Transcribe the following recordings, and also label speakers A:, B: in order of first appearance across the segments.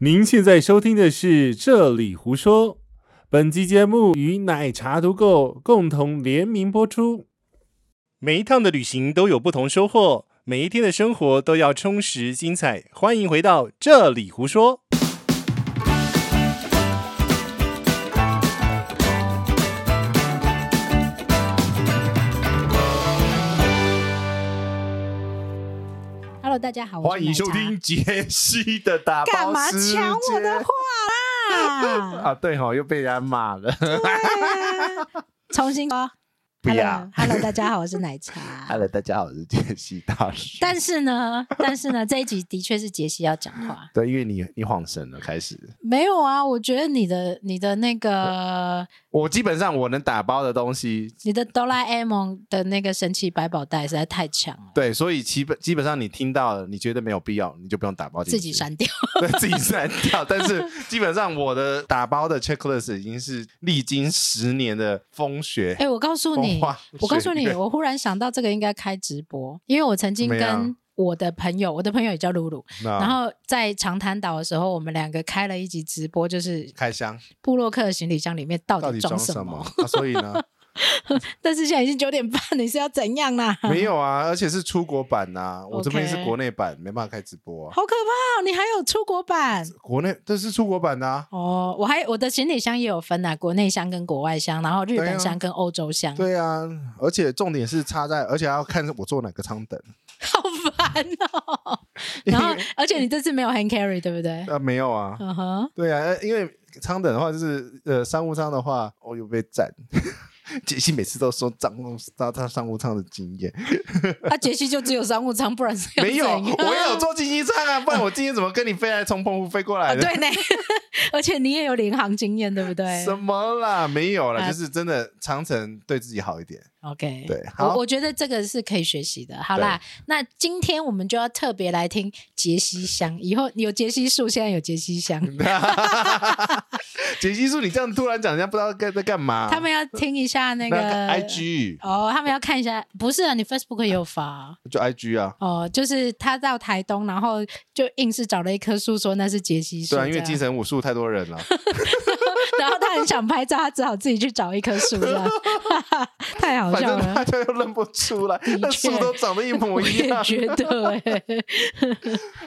A: 您现在收听的是《这里胡说》，本期节目与奶茶独购共同联名播出。每一趟的旅行都有不同收获，每一天的生活都要充实精彩。欢迎回到《这里胡说》。
B: Hello，大家好，我是
C: 欢迎收
B: 奶茶
C: 听。杰西的打包
B: 干嘛
C: 时
B: 抢我的
C: 间
B: 话 啦？
C: 啊？对吼、又被人家骂 了。
B: 对啊重新说。
C: 不要
B: Hello，Hello，大家好，我是奶茶。
C: Hello，大家好，我是杰西大 叔。
B: 但是呢，但是呢，这一集的确是杰西要讲话。
C: 对，因为你你晃神了，开始。
B: 没有啊，我觉得你的你的那个
C: 我基本上我能打包的东西，
B: 你的哆啦 A 梦的那个神奇百宝袋实在太强了，
C: 对，所以基本基本上你听到了，你觉得没有必要，你就不用打包进去
B: 自己，删掉。
C: 对，自己删掉。但是基本上我的打包的 checklist 已经是历经十年的风雪
B: 哎、。我告诉
C: 风
B: 你
C: 花，
B: 我告诉
C: 雪
B: 你，
C: 月
B: 我忽然想到这个应该开直播，因为我曾经
C: 怎么样
B: 跟我的朋友，我的朋友也叫露露，
C: 那
B: 然后在长滩岛的时候，我们两个开了一集直播，就是
C: 开箱
B: 布洛克的行李箱里面到
C: 到
B: 底
C: 底
B: 装
C: 装
B: 什
C: 什
B: 么
C: 么？？啊所以呢？
B: 但是现在已经九点半，你是要怎样 啦？
C: 没 有啊，而且是出国版呐、我这边是
B: OK
C: 国内版，没办法开直播、啊。
B: 好可怕、哦！你还有出国版
C: 国内这是出国版的、啊，
B: 哦？我还我的行李箱也有分呐、啊国内箱跟国外箱，然后日
C: 对
B: 本
C: 啊
B: 箱跟欧洲箱，
C: 对啊，而且重点是插在，而且还要看我坐哪个舱等。
B: 好烦哦。然 后，而且你这次没有 hand carry，对不对？
C: 啊，没有啊，
B: 嗯哼，
C: 对啊，呃因为舱等的话就是呃商务舱的话，我、有被占。 杰西每次都说商务他他商务舱的经验
B: 那啊杰西就只有商务舱，不然是要
C: 没有，
B: 怎样
C: 我也 有坐经济舱啊，不然我今天怎么跟你飞来从澎湖飞过
B: 啊，
C: 来的？
B: 对呢， 而且你也有领航经验，对不对？
C: 什么啦？没有啦，
B: 啊
C: 就是真的长城对自己好一点。
B: OK，
C: 对好
B: 我我觉得这个是可以学习的。好啦，那今天我们就要特别来听杰西香，以后有杰西树，现在有杰西 香，
C: 杰西叔，你这样突然讲，人家不知道该在干嘛。
B: 他们要听一下那
C: 那
B: 个
C: IG
B: 哦，他们要看一下，不是啊，你 Facebook 也有发啊
C: 就 IG 啊，
B: 哦，就是他到台东，然后就硬是找了一棵树，说那是杰西树，
C: 对啊，因
B: 这
C: 为
B: 样
C: 精，神武术太多人了，
B: 然后他很想拍照，他只好自己去找一棵树，这 样太好
C: 反
B: 笑
C: 正
B: 了
C: 大。家又认不出来，
B: 的
C: 那
B: 确
C: 树都长得一模
B: 我
C: 一
B: 也
C: 样。
B: 觉得、欸，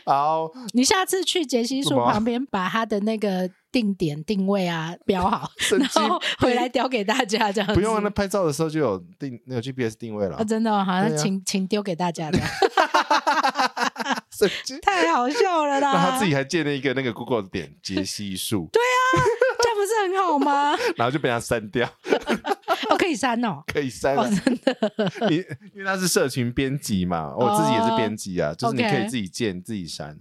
C: 好，
B: 你下次去杰西树
C: 什么
B: 旁边，把它的那个定点定位啊标好，
C: 神
B: 然
C: 经
B: 后回来丢给大家这样子。
C: 不用那拍照的时候就有定那个 GPS 定位了
B: 啊，，真的、哦，好像
C: 对啊
B: 请、请丢给大家的，
C: 神经。
B: 太好笑了啦！
C: 然后他自己还建了一个那个 Google 点杰西树，
B: 这样不是很好 吗？
C: 然后就被他删掉，
B: 哦，可以删哦。
C: 可以删
B: 哦，
C: 了。
B: 真的，哦
C: 你 因为他是社群编辑嘛，我自己也是编辑啊，就是你
B: OK
C: 可以自己建自己删。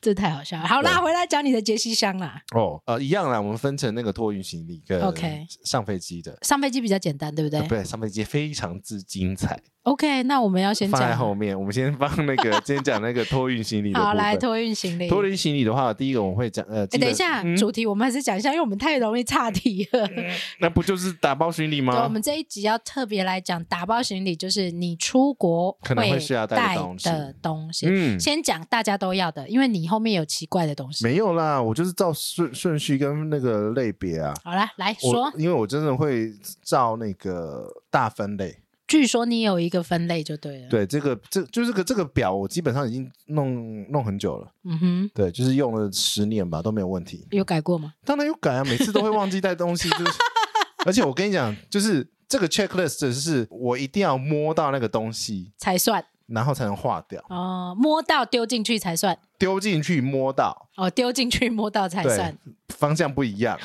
B: 这太好笑了。好啦，
C: 对啊
B: 回来讲你的杰西箱啦。
C: 哦，呃，一样啦，我们分成那个托运行李跟
B: OK
C: 上飞机的。
B: 上飞机比较简单，对不对
C: 啊不对，上飞机非常之精彩，
B: ？OK，那我们要先
C: 放在
B: 讲。
C: 后面。我们先放那 个，先讲那个托运行李的部分。
B: 好，来托运行李。
C: 托运行李的话，第一个我们会讲，呃，
B: 哎，
C: 基
B: 等
C: 本
B: 一下，
C: 嗯
B: 主题我们还是讲一下，因为我们太容易岔题了。
C: 那不就是打包行李
B: 对，我
C: 吗？
B: 们这一集要特别来讲打包行李，就是你出国
C: 可能会需要带的
B: 带
C: 东西
B: 的东西。
C: 嗯
B: 先讲大家都要的，因为你后面有奇怪的东西。
C: 没有啦，我就是照顺顺序跟那个类别啊。
B: 好啦，来
C: 我
B: 说，
C: 因为我真的会照那个大分类，
B: 据说你有一个分类就对了。，
C: 对这个这就是个这个表，我基本上已经弄弄很久了，
B: 嗯哼，
C: 对，就是用了十年吧都没有问题。
B: 有改过吗？
C: 当然有改啊，每次都会忘记带东西，就是。 而且我跟你讲，就是这个 checklist 是我一定要摸到那个东西，
B: 才算
C: 然后才能划掉，
B: 哦，摸到丢进去才算
C: 丢进去摸到，
B: 哦，丢进去摸到才
C: 对
B: 算，，
C: 方向不一样，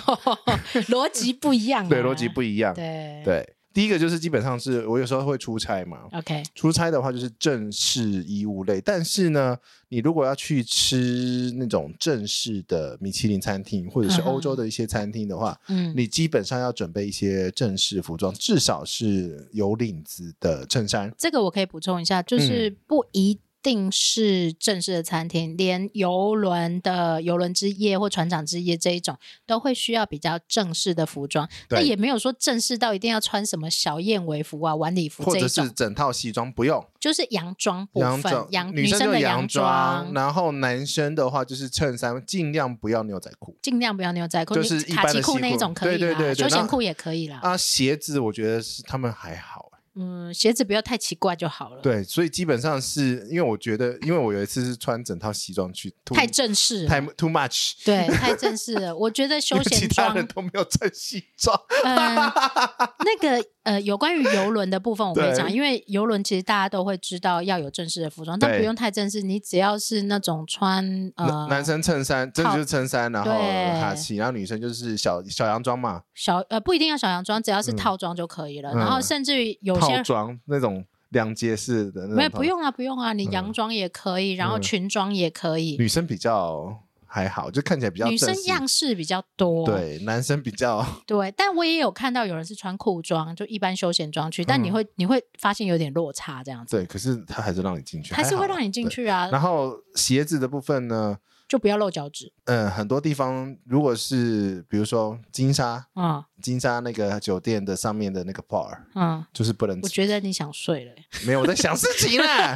B: 逻辑不一样啊。
C: 对，逻辑不一样，
B: 对
C: 对。第一个就是基本上是我有时候会出差嘛，
B: OK，
C: 出差的话就是正式衣物类，但是呢，你如果要去吃那种正式的米其林餐厅或者是
B: 嗯哼
C: 欧洲的一些餐厅的话，
B: 嗯，
C: 你基本上要准备一些正式服装，至少是有领子的衬衫。嗯
B: 这个我可以补充一下，就是不一定是正式的餐厅，连游轮的游轮之夜或船长之夜这一种，都会需要比较正式的服装。那
C: 对
B: 也没有说正式到一定要穿什么小燕尾服啊、晚礼服
C: 或
B: 这
C: 者
B: 一
C: 是
B: 种，
C: 整套西装不用
B: 就是洋装部
C: 洋
B: 分
C: 装，，
B: 洋
C: 女
B: 生
C: 就
B: 的
C: 洋
B: 装。
C: 然后男生的话就是衬衫，尽量不要牛仔裤
B: 尽量不要牛仔裤，
C: 就是
B: 你
C: 一般
B: 卡
C: 的
B: 其裤
C: 西
B: 那一
C: 裤
B: 种可以啦，
C: 对对对对
B: 休闲
C: 那
B: 裤也可以啦。
C: 啊。鞋子我觉得是他们还好，啊
B: 嗯，鞋子不要太奇怪就好了。，
C: 对，所以基本上是因为我觉得，因为我有一次是穿整套西装去，too-
B: 太正式了
C: 太 too much，
B: 对，太正式了。我 觉得
C: 因
B: 休
C: 为其
B: 闲
C: 他
B: 装，
C: 人都没有穿西装，
B: 呃，那个呃，有关于游轮的部分，我会
C: 对
B: 讲，因为游轮其实大家都会知道要有正式的服装，但
C: 对
B: 不用太正式，你只要是那种穿呃
C: 男男生衬衫，真的
B: 套
C: 就是衬衫，然后
B: 对
C: 卡其，然后女生就是小小洋装嘛，
B: 小呃不一定要小洋装，只要是
C: 嗯
B: 套装就可以了。
C: 嗯
B: 然后甚至于有些
C: 套
B: 人
C: 装那种两节式的那种
B: 没有
C: 套
B: 不，用啊，不用啊，你洋装也可以，然后
C: 嗯
B: 裙装也可以，
C: 女生比较还好，就看起来比较
B: 女生
C: 正式
B: 样式比较多。
C: 对，男生比较
B: 对，但我也有看到有人是穿裤装，就一般休闲装去，但你
C: 嗯
B: 会你会发现有点落差这样子，
C: 对，可是他还是让你进去，
B: 还是
C: 好
B: 会
C: 啦
B: 让你进。去
C: 对
B: 啊，
C: 然后鞋子的部分呢，
B: 就不要露脚趾
C: 呃，很多地方如果是比如说金沙，
B: 啊，
C: 金沙那个酒店的上面的那个 bar，
B: 嗯。
C: 就是不能
B: 我觉得你想睡了欸。
C: 没有我在想事情 啦，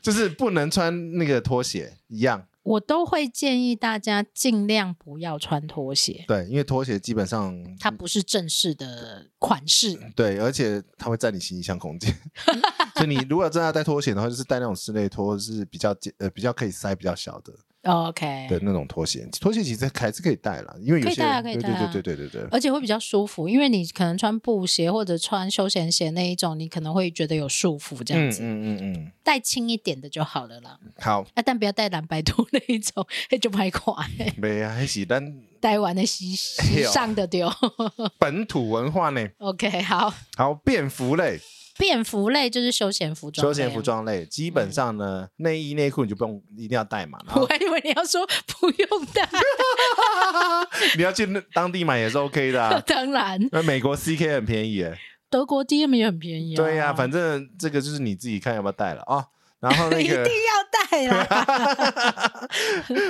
C: 就是不能穿那个拖鞋一样。
B: 我都会建议大家尽量不要穿拖鞋，
C: 对，因为拖鞋基本上
B: 它不是正式的款式。
C: 对，而且它会占你行李箱空间， 所以你如果真的要带拖鞋的话，就是带那种室内拖，或者是比较简呃比较可以塞比较小的
B: 哦 OK，
C: 的那种拖鞋。拖鞋其实还是可以带啦，因为有些人
B: 哎可
C: 对
B: 以
C: 对
B: 带啊可以带啊
C: 对对对对对，
B: 而且会比较舒服，因为你可能穿布鞋或者穿休闲鞋那一种，你可能会觉得有束缚这样
C: 嗯
B: 子，
C: 嗯嗯嗯，
B: 带轻一点的就好了啦。
C: 好，
B: 啊，但不要带蓝白拖那一种，那就拍垮，
C: 没啊，还是咱
B: 带完的时
C: 哎
B: 时
C: 呦
B: 尚的丢。
C: 本土文化呢。
B: OK，好，
C: 好，便服类。
B: 便服类就是休闲服装，啊嗯
C: 休闲服。装类，基本上呢，内衣内裤你就不用一定要带嘛，然
B: 我
C: 后
B: 还以为你要说不用带，。
C: 你要去那当地买也是 OK 的、啊
B: 当然，
C: 那美国 CK 很便宜耶，
B: 德国 DM 也很便宜啊。
C: 对呀、反正这个就是你自己看要不要带了啊、然后那
B: 一定
C: 个，
B: 要带 啦。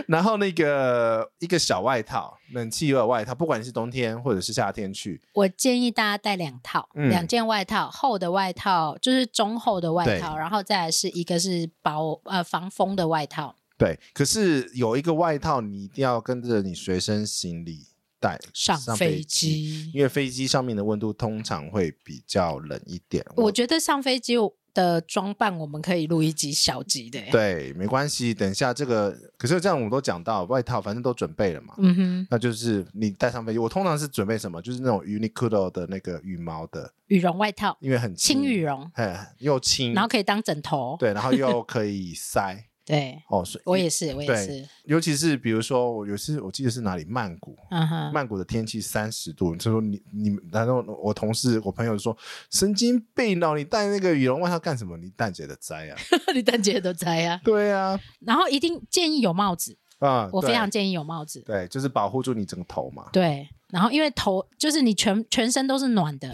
C: 然后那个一个小外套，冷气有外套，不管你是冬天或者是夏天去，
B: 我建议大家带两套，
C: 嗯
B: 两件外套，厚的外套就是中厚的外套，
C: 对
B: 然后再来是一个是薄呃防风的外套，
C: 对。可是有一个外套你一定要跟着你随身行李带
B: 上
C: 飞
B: 飞，机。
C: 因为飞机上面的温度通常会比较冷一点。
B: 我觉得上飞机的装扮我们可以录一集小集的、欸。，
C: 对，没关系，等一下这个，可是这样我们都讲到外套，反正都准备了嘛。
B: 嗯哼，
C: 那就是你带上飞机，我通常是准备什么？就是那种 Uniqlo 的那个羽毛的，
B: 羽绒外套，
C: 因为很
B: 轻羽
C: 绒，
B: 绒，
C: 哎，又轻，
B: 然后可以当枕头。
C: 对，然后又可以塞
B: 对
C: 哦。所以
B: 我也是，我也
C: 对
B: 是。
C: 尤其是比如说，我有一次我记得是哪里曼谷，
B: 嗯哼，
C: 曼谷的天气三十度，就说你你，然后我同事我朋友说神经病哦，你带那个羽绒外套干什么？你蛋姐的灾啊！
B: 你蛋姐都摘啊。
C: 对啊，
B: 然后一定建议有帽子，
C: 啊，
B: 我非
C: 对
B: 常建议有帽子。
C: 对，就是保护住你整个头嘛。
B: 对，然后因为头就是你全全身都是暖的，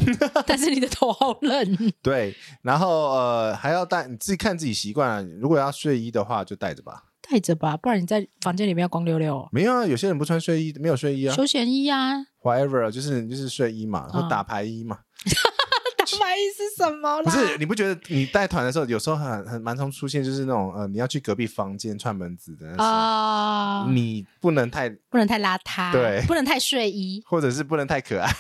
B: 但是你的头好 冷。
C: 对，然后呃还要带，你自己看自己习惯啊。如果要睡衣的话，就带着吧。
B: 带着吧，不然你在房间里面要光溜溜哦。
C: 没有啊，有些人不穿睡衣，没有睡衣啊
B: 休闲衣啊，
C: ，whatever，啊就是就是睡衣嘛，
B: 嗯
C: 或打牌衣嘛。
B: 打白衣是什么
C: 不是，你不觉得你带团的时候，有时候很很蛮常出现，就是那种呃你要去隔壁房间串门子的那时候，
B: 啊、
C: 你不能太，
B: 不能太邋遢，
C: 对，
B: 不能太睡衣
C: 或者是不能太可爱。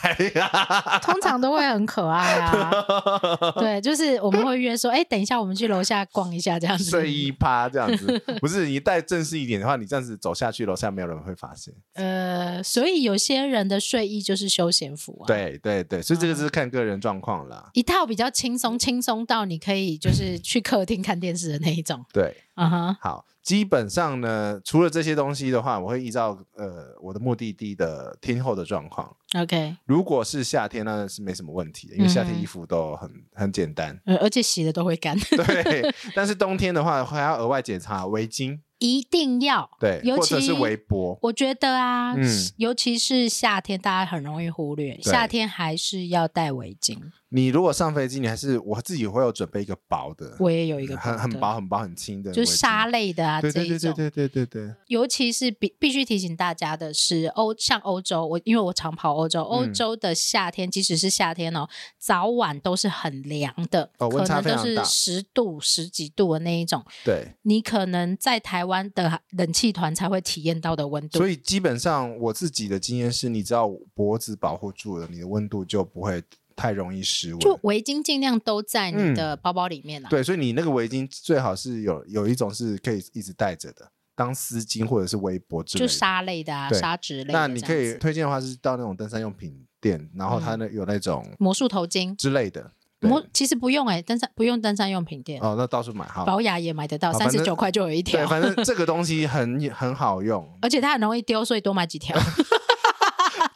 B: 通常都会很可爱 啊。对，就是我们会约说，哎、等一下我们去楼下逛一下这样子。
C: 睡衣，趴这样子，不是你带正式一点的话，你这样子走下去，楼下没有人会发现。
B: 呃，所以有些人的睡衣就是休闲服啊。。
C: 对对对，所以这个是看个人状况啦。
B: 一套比较轻松，轻松到你可以就是去客厅看电视的那一种，
C: 对，
B: 嗯哼，
C: 好，基本上呢，除了这些东西的话，我会依照呃我的目的地的天候的状况。
B: OK，
C: 如果是夏天呢，是没什么问题的，因为夏
B: 嗯
C: 天
B: 哼。
C: 衣服都很、很简单
B: 呃，而且洗的都会干，
C: 对，但是冬天的话，还要额外检查围巾，
B: 一定要。
C: 对，
B: 尤
C: 或
B: 其
C: 者是围脖。
B: 我觉得啊，
C: 嗯
B: 尤其是夏天，大家很容易忽略，夏天还是要戴围巾。
C: 你如果上飞机，你还是我自己会有准备一个薄的，
B: 我也有一个
C: 很
B: 的
C: 很薄、很薄、很轻的围巾，
B: 就是纱类的啊
C: 对
B: 这
C: 对
B: 一
C: 对对
B: 种。
C: 对对对对，
B: 尤其是必必须提醒大家的是，欧像欧洲，我因为我常跑欧洲，欧
C: 嗯
B: 洲的夏天、即使是夏天哦，早晚都是很凉的，
C: 哦温
B: 可
C: 差
B: 能
C: 非
B: 都
C: 常
B: 是
C: 大
B: 十度、十几度的那一种。
C: 对。
B: 你可能在台湾的冷气团才会体验到的温度
C: 所。以基本上我自己的经验是，你只要脖子保护住了，你的温度就不会太容易失温。
B: 就围巾尽量都在你
C: 嗯
B: 的包包里面啦。啊
C: 对，所以你那个围巾最好是有有一种是可以一直戴着的，当丝巾或者是围脖之类
B: 就
C: 的。
B: 纱类的啊，
C: 对
B: 纱质类的这
C: 那
B: 样子。嗯
C: 你可以推荐的话是到那种登山用品店，然后它那有那种
B: 魔术头巾，
C: 之类的。对
B: 魔其实不用哎、登山不用登山用品店，
C: 哦，那到处买好。
B: 宝雅也买得到，
C: 好
B: 三
C: 反
B: 十
C: 正
B: 九块就有一条
C: 对，，反正这个东西很 很好用，
B: 而且它很容易丢，所以多买几 条。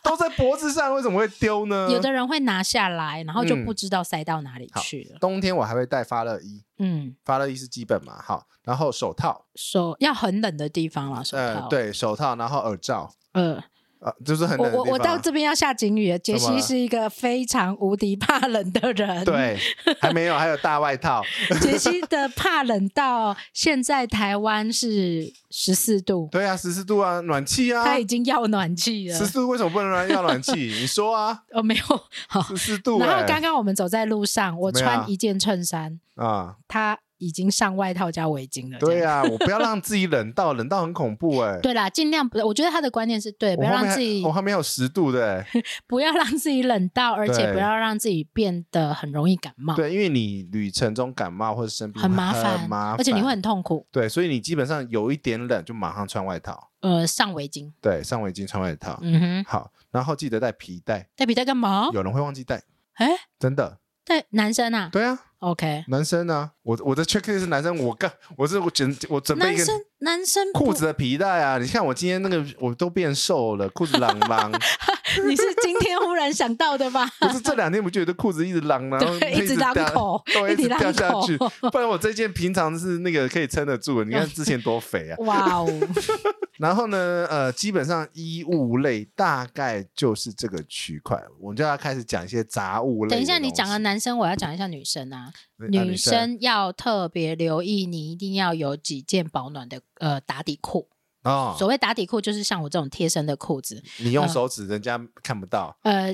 C: 都在脖子上，为什么会丢呢？
B: 有的人会拿下来，然后就
C: 嗯
B: 不知道塞到哪里去了。
C: 冬天我还会带发热衣，
B: 嗯，
C: 发热衣是基本嘛，好，然后手套，
B: 手要很冷的地方啦，手
C: 呃
B: 套。，
C: 对，手套，然后耳罩，
B: 呃，
C: 啊，就是很
B: 我
C: 冷的
B: 我我
C: 地方
B: 到
C: 啊
B: 这边要下警语了。杰
C: 怎么
B: 西
C: 了
B: 是一个非常无敌怕冷的人，，
C: 对，还没有，还有大外套，
B: 杰西的怕冷到现在台湾是十四度，
C: 对啊，十四度啊，暖气啊，
B: 他已经要暖气了
C: 十。四度为什么不能要暖气？你说啊，
B: 哦，没有，好。
C: 十四度、欸，
B: 然后刚刚我们走在路上，我
C: 怎么样
B: 穿一件衬衫，
C: 啊，
B: 他已经上外套加围巾了。这
C: 对
B: 样
C: 啊，我不要让自己冷到，冷到很恐怖哎、
B: 对啦，尽量不，我觉得他的观念是对，不
C: 我
B: 要
C: 后
B: 让
C: 面
B: 自己
C: 还哦我后面还有十度的、欸，
B: 不要让自己冷到，而且
C: 对
B: 不要让自己变得很容易感冒，
C: 对，因为你旅程中感冒或者生病
B: 很麻
C: 很
B: 烦，
C: 麻烦，
B: 而且你会很痛苦。
C: 对，所以你基本上有一点冷就马上穿外套，
B: 呃，上围巾，
C: 对，上围巾穿外套，
B: 嗯哼，
C: 好，然后记得带皮带，
B: 戴皮带干嘛？
C: 有人会忘记带，
B: 哎，
C: 真的，
B: 戴男生啊
C: 对啊，
B: ，OK，
C: 男生啊，我我的 checklist 是男生，我干，我是我准我准备
B: 男
C: 一个
B: 生男生不
C: 裤子，的皮带啊，你看我今天那个我都变瘦了，裤子啷 啷，
B: 你是今天忽然想到的吧？
C: 不是这两天不觉得裤子一直啷 啷，然后
B: 对，一直当
C: 掉
B: 口，
C: 对，
B: 一
C: 一直
B: 直
C: 掉
B: 当
C: 下去，
B: 口，
C: 不然我这件平常是那个可以撑得住的，你看之前多肥啊。
B: 哇哦，
C: 然后呢，呃，基本上衣物类大概就是这个区块，我们就要开始讲一些杂物类的
B: 等
C: 东
B: 一
C: 西。
B: 下，你讲了男生，我要讲一下女生啊。
C: 呃
B: 女生要特别留意，你一定要有几件保暖的呃打底裤。
C: 哦，
B: 所谓打底裤，就是像我这种贴身的裤子。
C: 你用手指人家看不到，
B: 呃，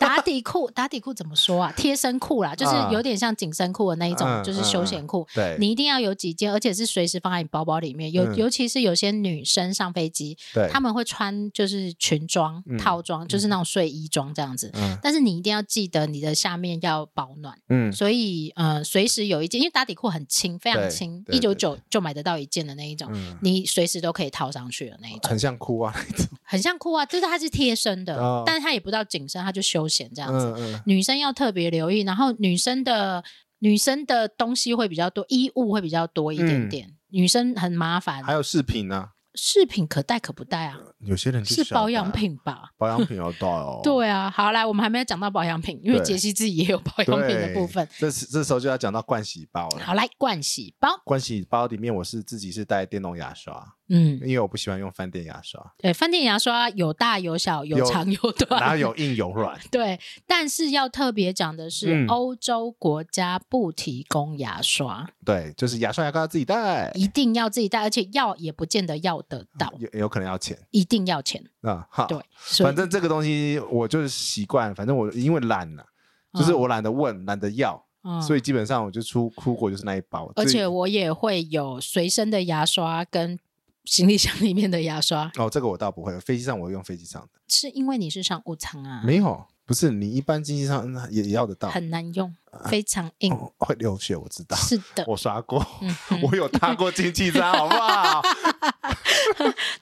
B: 打底裤，打底裤怎么说啊？贴身裤啦，就是有点像紧身裤的那一种，
C: 啊嗯
B: 就是休闲裤。
C: 对，
B: 你一定要有几件，而且是随时放在你包包里面。有，
C: 嗯
B: 尤其是有些女生上飞机，
C: 对，
B: 她们会穿就是裙装、
C: 嗯
B: 套装，就是那种睡衣装这样子。
C: 嗯
B: 但是你一定要记得你的下面要保暖。
C: 嗯，
B: 所以呃，随时有一件，因为打底裤很轻，非常
C: 对
B: 轻，一
C: 对
B: 九
C: 对
B: 九就买得到一件的那一种，
C: 嗯
B: 你随时都可以套上去的那一种，
C: 很像哭啊，
B: 很像裤啊，就是它是贴身的，
C: 哦
B: 但是它也不到紧身，它就休闲这样子。
C: 嗯嗯，
B: 女生要特别留意，然后女生的女生的东西会比较多，衣物会比较多一点
C: 嗯
B: 点。女生很麻烦
C: 还，有饰品呢，
B: 饰品可带可不带啊？
C: 有些人就是晓得啊
B: 保养，品吧？，
C: 保养品要带哦
B: 对啊，好，来，我们还没有讲到保养品，因为
C: 对
B: 杰西自己也有保
C: 对，
B: 养品的部分。
C: 这时这时候就要讲到盥洗包了。
B: 好，来盥洗包，
C: 盥洗包里面我是自己是带电动牙刷，
B: 嗯，
C: 因为我不喜欢用饭店 牙刷，
B: 对，饭店牙刷有大有小，有
C: 有
B: 长有短，
C: 然后有硬有软，
B: 对。但是要特别讲的是，
C: 嗯
B: 欧洲国家不提供牙刷，
C: 对，就是牙刷牙膏要自己带，
B: 一定要自己带，而且要也不见得要得到，
C: 有有可能要钱
B: 一定要钱。
C: 啊，哈，
B: 对，所以
C: 嗯反正这个东西我就是习惯，反正我因为懒了、就是我懒得问，懒得要，
B: 嗯
C: 所以基本上我就出出国就是那一包，
B: 而
C: 自己
B: 且我也会有随身的牙刷跟行李箱里面的牙刷，
C: 哦，这个我倒不会，飞机上我用飞机上的，
B: 是因为你是上午舱啊，
C: 没有，不是你一般经济上那也也要得到，
B: 很难用，非常硬。
C: 哦会流血，我知道，
B: 是的，
C: 我刷过，
B: 嗯哼
C: 我有搭过经济舱，好不 好？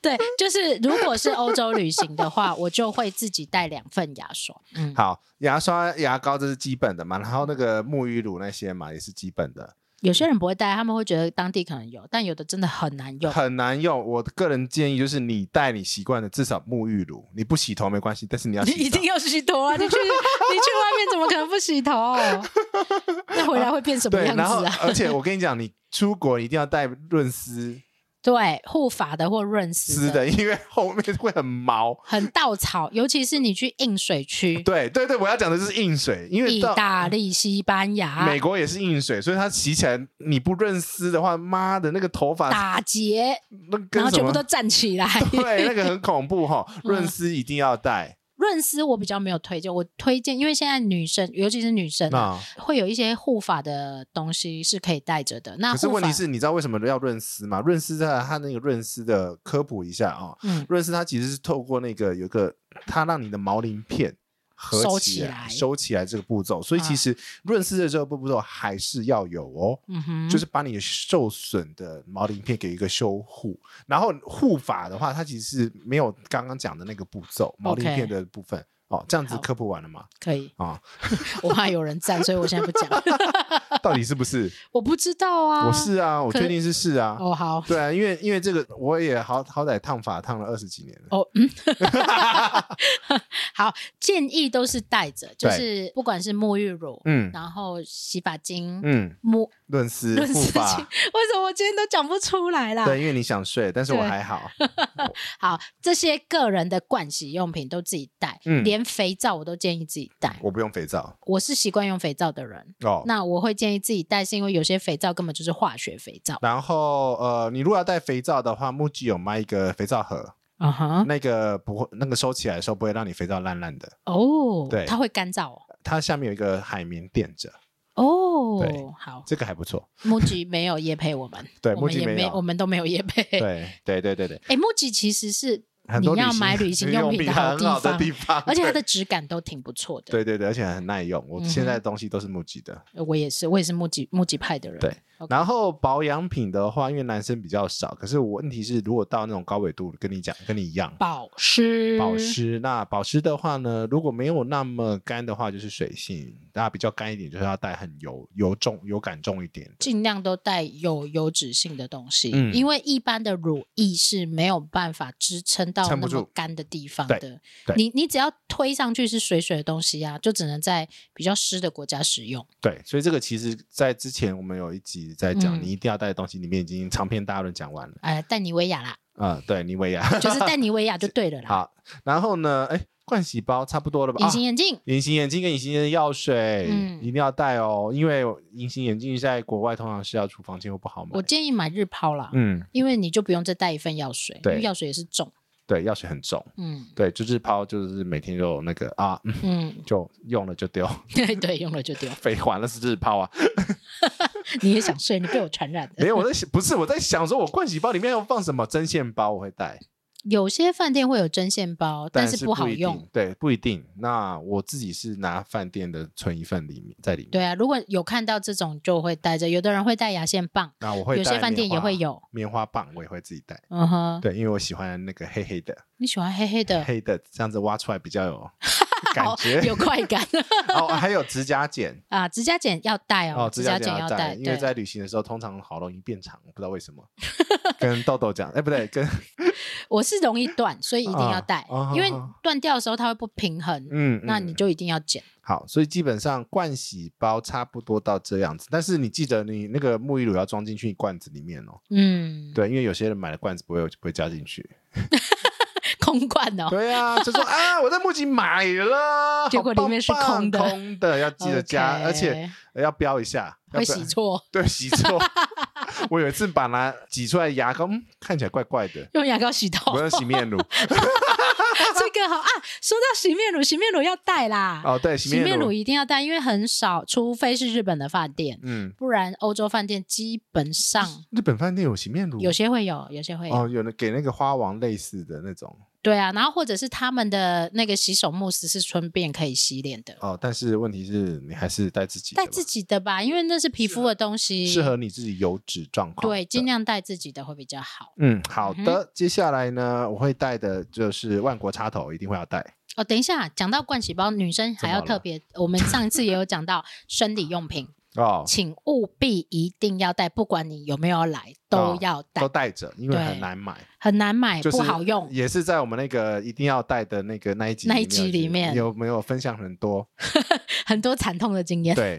B: 对，就是如果是欧洲旅行的话，我就会自己带两份牙 刷。嗯，
C: 好，牙刷、牙膏这是基本的嘛，然后那个沐浴乳那些嘛也是基本的，
B: 有些人不会带，他们会觉得当地可能有，但有的真的很难用。
C: 很难用。我个人建议就是你带你习惯的，至少沐浴乳，你不洗头没关系，但是你要
B: 你
C: 洗澡
B: 一定要洗头啊！你去你去外面怎么可能不洗头？那回来会变什么
C: 对，
B: 样
C: 然后
B: 子啊？
C: 而且我跟你讲，你出国一定要带润丝。
B: 对护发的或润
C: 湿
B: 湿的，
C: 的，因为后面会很毛。
B: 很稻草，尤其是你去硬水区，
C: 对对对，我要讲的就是硬水，因为
B: 意
C: 到
B: 大利、西班牙
C: 美国也是硬水，所以它洗起来你不润湿的话，妈的那个头发
B: 打结，
C: 那啊跟
B: 然后
C: 什
B: 全部
C: 么
B: 都嗯站起来。
C: 对，那个很恐 怖哈、润湿一定要带。
B: 润丝我比较没有推荐，我推荐，因为现在女生，尤其是女生啊、
C: 那
B: 会有一些护发的东西是可以带着的。那
C: 可是
B: 护
C: 问题
B: 发
C: 是，你知道为什么要润湿吗？润湿的它那个润湿的科普一下啊、
B: 嗯，
C: 润丝它其实是透过那个有一个它让你的毛鳞片合
B: 收
C: 起
B: 起
C: 来、
B: 来
C: 收起来这个步骤，所以其
B: 啊
C: 实润丝的这个步骤还是要有哦。
B: 嗯哼，
C: 就是把你受损的毛鳞片给一个修护，然后护发的话，它其实是没有刚刚讲的那个步骤，毛鳞
B: OK
C: 片的部分。哦，这样子
B: 好
C: 科普完了吗？
B: 可以
C: 啊，
B: 我怕有人站，所以我现在不讲。
C: 到底是不是？
B: 我不知道 啊，
C: 我是啊，我
B: 可
C: 确定是是啊。
B: 哦好
C: 对啊，因为因为这个我也好好歹烫发烫了二十几年了。
B: 哦嗯，好，建议都是带着，就
C: 对
B: 是不管是沐浴乳，
C: 嗯
B: 然后洗发精，
C: 嗯，
B: 沐
C: 润丝
B: 润
C: 护
B: 丝巾，
C: 发。
B: 为什么我今天都讲不出来啦？
C: 对，因为你想睡，但是我
B: 啊对
C: 还好。
B: 好，这些个人的盥洗用品都自己带，
C: 嗯
B: 连肥皂我都建议自己带。
C: 我不用肥皂
B: 我是习惯用肥皂的人，
C: 哦。
B: 那我会建议自己带，是因为有些肥皂根本就是化学肥皂。
C: 然后呃，你如果要带肥皂的话，木吉有卖一个肥皂盒，
B: 啊哈，
C: 那个不会，那个收起来的时候不会让你肥皂烂烂的，
B: 哦
C: 对，
B: 它会干燥哦。
C: 它下面有一个海绵垫着，对
B: 哦，好
C: 这个还不错。
B: 木吉没有夜配我们，
C: 对
B: 我
C: 木
B: 们
C: 吉
B: 也
C: 没有
B: 我们都没有夜配。
C: 对对对对对，
B: 哎，木吉其实是
C: 很
B: 你
C: 多
B: 要买旅行
C: 行
B: 用
C: 品
B: 品的
C: 很好的
B: 方，
C: 地方，
B: 而且它
C: 对
B: 的嗯质感都挺不错的。
C: 对对对，而且很耐用。我现在的东西都是木吉的。
B: 呃我也是，我也是木吉木吉派的人。
C: 对
B: OK
C: 然后保养品的话，因为男生比较少，可是我问题是，如果到那种高纬度，跟你讲，跟你一样，
B: 保湿，
C: 保湿。那保湿的话呢，如果没有那么干的话，就是水性；那比较干一点，就是要带很油、油重、油感重一点。
B: 尽量都带有油脂性的东西，
C: 嗯
B: 因为一般的乳液是没有办法支撑到那
C: 撑不
B: 么
C: 住
B: 干的地方
C: 对
B: 的
C: 对。
B: 你你只要推上去是水水的东西啊，就只能在比较湿的国家使用。
C: 对，所以这个其实，在之前我们有一集在讲，
B: 嗯
C: 你一定要带的东西，里面已经长篇大论讲完了。
B: 呃，戴妮维亚啦，
C: 啊、对，妮维雅。
B: 就是戴妮维亚就对了啦。
C: 好，然后呢，哎，盥洗包差不多了吧？
B: 隐形
C: 啊
B: 眼镜，
C: 隐形眼镜跟隐形眼镜的药水、
B: 嗯
C: 一定要带哦，因为隐形眼镜在国外通常是要处方签，又不好买
B: 我。建议买日抛啦，
C: 嗯，
B: 因为你就不用再带一份药水，因
C: 对
B: 为药水也是重。
C: 对，药水很重，
B: 嗯
C: 对，就是抛，就是每天就那个啊，嗯
B: 嗯，
C: 就用了就丢。
B: 对对，用了就丢。
C: 废话，那是日抛 啊！
B: 你也想睡，你被我传 染的。
C: 没有，我在想，不是我在想说，我盥洗包里面要放什么针线包，我会带，
B: 有些饭店会有针线包，但
C: 是
B: 是不好
C: 一定
B: 用。，
C: 对，不一定。那我自己是拿饭店的存一份里面在里面，
B: 对啊，如果有看到这种就会带着，有的人会带牙线棒，
C: 那我会
B: 有些
C: 带
B: 饭店
C: 棉
B: 也
C: 花
B: 会有。
C: 棉花棒，我也会自己带。
B: 嗯哼，
C: 对，因为我喜欢那个黑黑的，
B: 你喜欢黑黑 的，
C: 黑的这样子挖出来比较 有感
B: 好
C: 觉。
B: 有快感
C: 哦，还有指甲剪
B: 啊！指甲剪要带哦，
C: 哦，
B: 指
C: 甲
B: 剪
C: 要
B: 要带，
C: 因为
B: 对
C: 在旅行的时候通常好容易变长，不知道为什么。跟豆豆讲，哎，不对，跟
B: 我是容易断，所以一定要带
C: 啊啊，
B: 因为
C: 啊
B: 断掉的时候它会不平衡，
C: 嗯，
B: 那
C: 嗯
B: 你就一定要剪。
C: 好，所以基本上盥洗包差不多到这样子，但是你记得你那个沐浴乳要装进去罐子里面哦。
B: 嗯，
C: 对，因为有些人买的罐子不会不会加进去。
B: 空罐哦，
C: 对啊，就说啊，我在木吉买了，好
B: 结果里面是
C: 棒棒
B: 空的
C: 空的要记得加
B: OK
C: 而且要标一下，要
B: 会
C: 不然
B: 洗错，
C: 对洗错。 我有一次把它挤出来牙膏，嗯看起来怪怪的，
B: 用牙膏洗头
C: 我。用洗面乳。
B: 这个好啊，说到洗面乳，洗面乳要带啦，
C: 哦，对，洗
B: 洗面
C: 面
B: 乳。一定要带，因为很少，除非是日本的饭店，
C: 嗯，
B: 不然欧洲饭店基本上
C: 日本饭店有洗面乳，
B: 有些会有，有些会有。
C: 嗯哦，有的给那个花王类似的那种。
B: 对啊，然后或者是他们的那个洗手慕斯是顺便可以洗脸的，
C: 哦，但是问题是你还是带自己的
B: 带
C: 吧，
B: 自己的吧，因为那是皮肤的东西，
C: 适合你自己油脂状况。
B: 对，尽。量带自己的会比较好。
C: 嗯，好
B: 嗯
C: 的。接下来呢，我会带的就是万国插头，一定会要带。
B: 哦，等一下，讲到盥洗包，女生还要
C: 怎么了
B: 特别，我们上一次也有讲到生理用品，
C: 哦，
B: 请务必一定要带，不管你有没有要来，都
C: 哦
B: 要带，
C: 都带着，因为
B: 对
C: 很难买，
B: 很难买，
C: 就是
B: 不好用。
C: 也是在我们那个一定要带的那个那一集
B: 那一集里面
C: 有没有分享很多？
B: 很多惨痛的经验。
C: 对，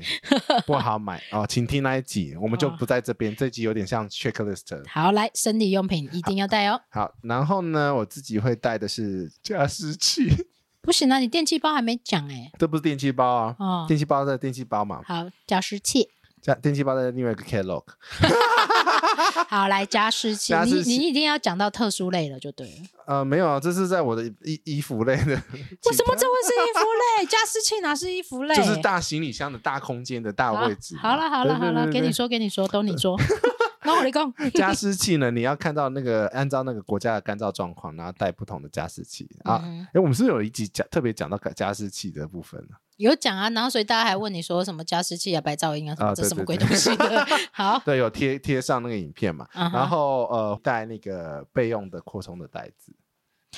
C: 不好买哦，请听那一集，我们就
B: 哦
C: 不在这边。这集有点像 checklist。
B: 好，来，生理用品一定要带哦。
C: 好，然后呢，我自己会带的是加湿器，
B: 不行啊，你电器包还没讲哎、
C: 这不是电器包啊，
B: 哦，
C: 电器包在电器包嘛，
B: 好，加湿 器。
C: 加电器包在另外一个 catalog。
B: 好，来加湿器
C: 加，
B: 你
C: 湿器
B: 你一定要讲到特殊类了，就对了。
C: 呃，没有啊，这是在我的衣衣服类的，
B: 为什么这会是衣服类？ 加湿器哪是衣服类？
C: 就是大行李箱的大空间的大
B: 好
C: 位置嘛。
B: 好了好了
C: 对
B: 好了，给你。说给你说，都你 说。那我来讲，
C: 对对加湿器呢，你要看到那个按照那个国家的干燥状况，然后带不同的加湿器啊。
B: 嗯
C: 哎，我们是不是有一集讲特别讲到加湿器的部分呢？
B: 有讲啊，然后所以大家还问你说什么加湿器啊、白噪音啊，什么
C: 啊
B: 这
C: 对
B: 什么
C: 对
B: 鬼
C: 对
B: 东西的？ 好，
C: 对，有贴贴上那个影片嘛。
B: 嗯哼
C: 然后呃，带那个备用的扩充的袋子。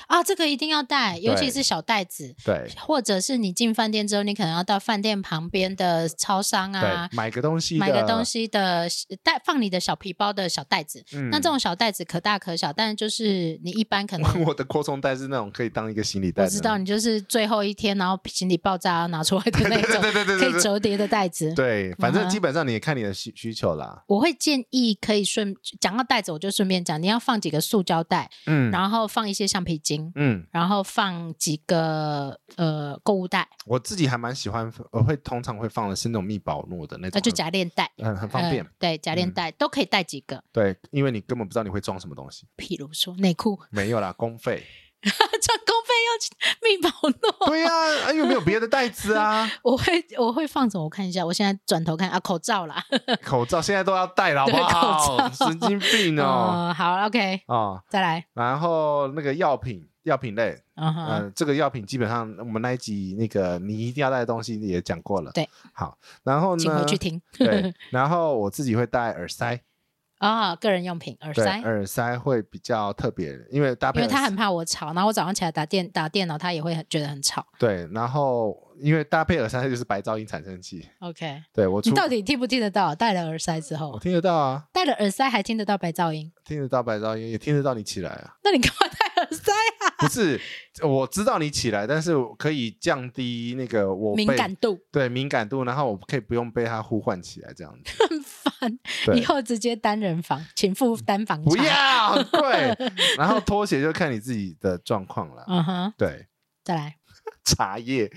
B: 啊，这个一定要带，尤其
C: 对
B: 是小袋子，
C: 对
B: 或者是你进饭店之后，你可能要到饭店旁边的超商啊
C: 对，，买个东西，
B: 买个东。西的带放你的小皮包的小袋子。
C: 嗯
B: 那这种小袋子可大可小，但是就是你一般可能
C: 我的扩充袋是那种可以当一个行李袋
B: 我
C: 的
B: 知
C: 那
B: 道
C: 种。
B: 你就是最后一天，然后行李爆炸拿出来的那种
C: 对对对
B: 可
C: 对
B: 以
C: 对。
B: 折叠的袋子。
C: 对，反
B: 嗯
C: 正
B: 哼
C: 基本上你也看你的需需求啦。
B: 我会建议可以顺讲到袋子，我就顺便讲，你要放几个塑胶袋，
C: 嗯
B: 然后放一些橡皮筋，
C: 嗯，
B: 然后放几个呃购物袋，
C: 我自己还蛮喜欢，我会通常会放的是那种密保诺的那种，
B: 那就夹链袋，
C: 嗯很很方便
B: 呃。对，夹链
C: 嗯
B: 袋都可以带几个，
C: 对，因为你根本不知道你会装什么东西。
B: 譬如说内裤，
C: 没有啦，公费。
B: 穿公费要去密保诺。
C: 对呀、啊，因为没有别的袋子啊，
B: 我会我会放什么？我看一下，我现在转头看啊，口罩啦。
C: 口罩现在都要戴了，好不好？
B: 对口罩
C: 神经病哦！
B: 嗯，好，OK，
C: 啊、
B: 再来。
C: 然后那个药品，药品类，
B: 嗯
C: 嗯、
B: 哼，
C: 这个药品基本上我们那一集那个你一定要带的东西也讲过了。
B: 对，
C: 好，然后
B: 请
C: 呢
B: 回去？听
C: 对，然后我自己会戴耳塞，
B: 啊，个人用品耳
C: 对，
B: 塞。
C: 耳塞会比较特别，因为搭
B: 因
C: 配
B: 为他
C: 耳
B: 很怕我吵，然后我早上起来打电打电脑，他也会很觉得很吵。
C: 对，然后因为搭配耳塞就是白噪音产生器。
B: OK，
C: 对我
B: 你
C: 出
B: 到底听不听得到？戴了耳塞之
C: 我
B: 后，
C: 听得到啊，
B: 戴了耳塞还听得到白噪音，
C: 听得到白噪音，也听得到你起来啊。
B: 那你干嘛戴耳塞？
C: 不是，我知道你起来，但是我可以降低那个我被
B: 敏感度
C: 对敏感度，然后我可以不用被它呼唤起来这样子。
B: 很烦， 以
C: 对，
B: 后直接单人房，请付单房
C: 不
B: 差。
C: 要很 贵。然后拖鞋就看你自己的状况了。
B: 嗯哼，
C: 对，
B: 再来
C: 茶叶、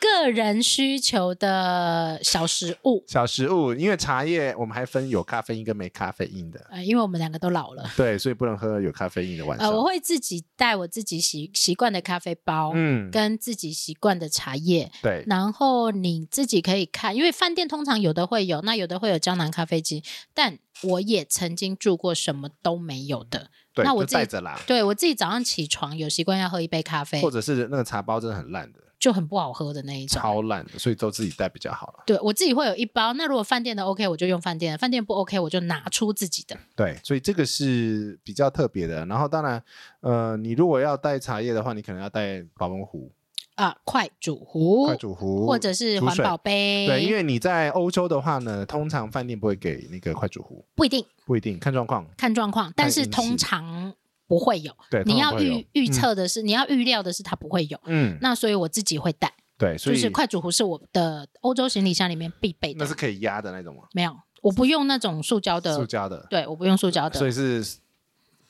B: 个人需求的小食物，
C: 小食物，因为茶叶我们还分有咖啡因跟没咖啡因的，
B: 呃，因为我们两个都老了，
C: 对，所以不能喝有咖啡因的晚
B: 呃，
C: 上。
B: 我会自己带我自己习习惯的咖啡包，
C: 嗯，
B: 跟自己习惯的茶叶。
C: 对，
B: 然后你自己可以看，因为饭店通常有的会有，那有的会有胶囊咖啡机。但我也曾经住过什么都没有的。
C: 对，
B: 那我
C: 就
B: 自己
C: 带着啦。
B: 对我自己早上起床有习惯要喝一杯咖啡
C: 或，者是那个茶包真的很烂的，
B: 就很不好喝的那一种。
C: 超烂的，所以都自己带比较好了。
B: 对我自己会有一包，那如果饭店的 OK，我就用饭店的；饭店不 OK，我就拿出自己的。
C: 对，所以这个是比较特别的。然后当然，呃，你如果要带茶叶的话，你可能要带保温壶、
B: 啊，快煮壶，
C: 快煮壶，
B: 或者是
C: 煮
B: 环
C: 水
B: 保杯，
C: 对，因为你在欧洲的话呢，通常饭店不会给那个快煮壶，
B: 不一定
C: 不一定看状况。
B: 看状况，但是
C: 饮食
B: 通常不会有。
C: 对，
B: 你
C: 通常
B: 要
C: 不会有
B: 预预，测的是，你要预料的是它不会有。
C: 嗯，嗯
B: 那所以我自己会带，
C: 对，所
B: 就
C: 以
B: 是快煮壶是我的欧洲行李箱里面必备
C: 那
B: 的
C: 是。可以压的那种吗？
B: 没有，我不用那种塑胶
C: 塑
B: 的，
C: 胶的，
B: 对，我不用塑胶
C: 所
B: 的
C: 以是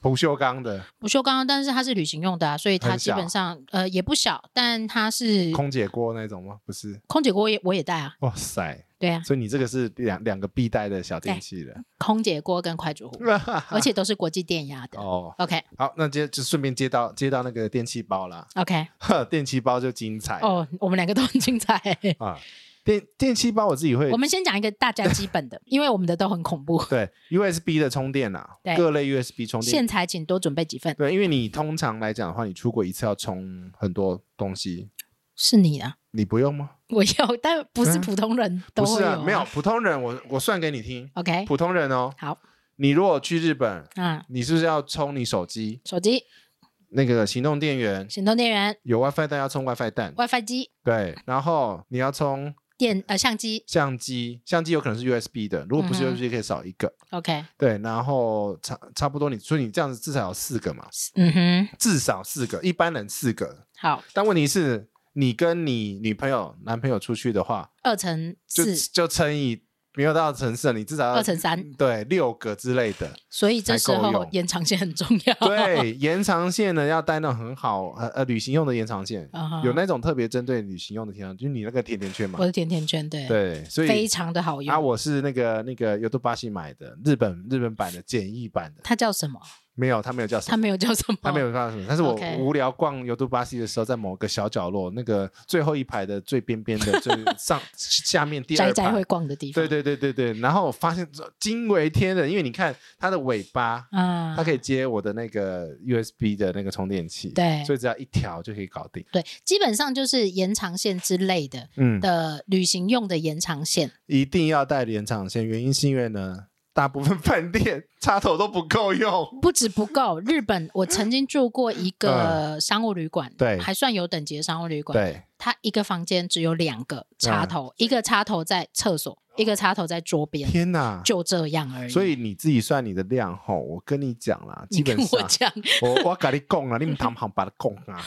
C: 不锈钢的，
B: 不锈钢，但是它是旅行用的啊，所以它
C: 很
B: 基
C: 小
B: 本上呃也不小，但它是
C: 空姐锅那种吗？不是，
B: 空姐锅也我也带啊，
C: 哇塞！
B: 对啊，
C: 所以你这个是两两个必带的小电
B: 对
C: 器了，
B: 空姐锅跟快煮 壶，而且都是国际电压的。
C: 哦。
B: OK
C: 好，那接就顺便接到接到那个电器包啦，
B: OK，
C: 呵，电器包就精彩了
B: 哦，我们两个都很精彩。
C: 啊！电电器包我自己会
B: 我们先讲一个大家基本的，因为我们的都很恐怖。
C: 对 USB 的充电啊
B: 对，
C: 各类 USB 充电
B: 线材请多准备几份，
C: 对，因为你通常来讲的话，你出国一次要充很多东西，
B: 是你啊，
C: 你不用吗？
B: 我有，但不是
C: 嗯
B: 普通人都
C: 不
B: 会
C: 是
B: 有
C: 啊，
B: 啊。哎
C: 没有普通人我，我算给你听，
B: OK，
C: 普通人哦，
B: 好，
C: 你如果去日本，
B: 嗯，
C: 你是不是要充你手机
B: 手机、
C: 那个行动电源？
B: 行动电源、
C: 有 WiFi 蛋要充 WiFi 蛋，
B: WiFi 机、
C: 对，然后你要充
B: 电呃相机
C: 相机，相机有可能是 USB 的，如果不是
B: 嗯哼
C: USB 可以少一个。
B: ，OK，
C: 对，然后差差不多你，所以你这样子至少有四个嘛，
B: 嗯哼，
C: 至少四个，一般人四个。
B: 好，
C: 但问题是，你跟你女朋友、男朋友出去的话，
B: 二乘
C: 就
B: 四，
C: 就乘以没有到乘四，你至少要
B: 二乘三，
C: 对六个之类的。
B: 所以这时
C: 才够
B: 候
C: 用
B: 延长线很重要。，
C: 对，延长线呢要带那种很好呃呃旅行用的延长线，
B: 啊哈
C: 有那种特别针对旅行用的延长，就是你那个甜甜圈嘛
B: 我。的甜甜圈，对，
C: 对，所以
B: 非常的好用。
C: 啊，我是那个那个 y o 巴西买的日本日本版的简易版的，
B: 它叫什么？
C: 没有，它没有叫什
B: 它
C: 么。
B: 没有叫什么，
C: 它没有叫什么，但是我
B: OK
C: 无聊逛尤都巴西的时候，在某个小角落，那个最后一排的最边边 的最上下面第
B: 宅
C: 二
B: 宅
C: 排
B: 会，逛的地方。
C: 对对对对对，然后我发现这惊为天人，因为你看它的尾巴，
B: 啊，
C: 它可以接我的那个 USB 的那个充电器，
B: 对
C: 所以只要一条就可以搞定。
B: 对，基本上就是延长线之类的
C: 嗯，
B: 的旅行用的延长线。
C: 一定要带延长线，原因是因为呢，大部分饭店 插头都不够用。
B: 不止不够，日本我曾经住过一个商务旅馆，
C: 嗯对
B: 还算有等级的商务旅馆。
C: 对，嗯
B: 它一个房间只有两个插头，一个插头在厕所，一个插头在桌边，
C: 天哪！
B: 就这样而已。
C: 所以你自己算你的量吼，我跟你讲啦，基
B: 你
C: 本
B: 跟
C: 上
B: 我讲，
C: 我我跟你讲啊，你们堂旁把它供 啊，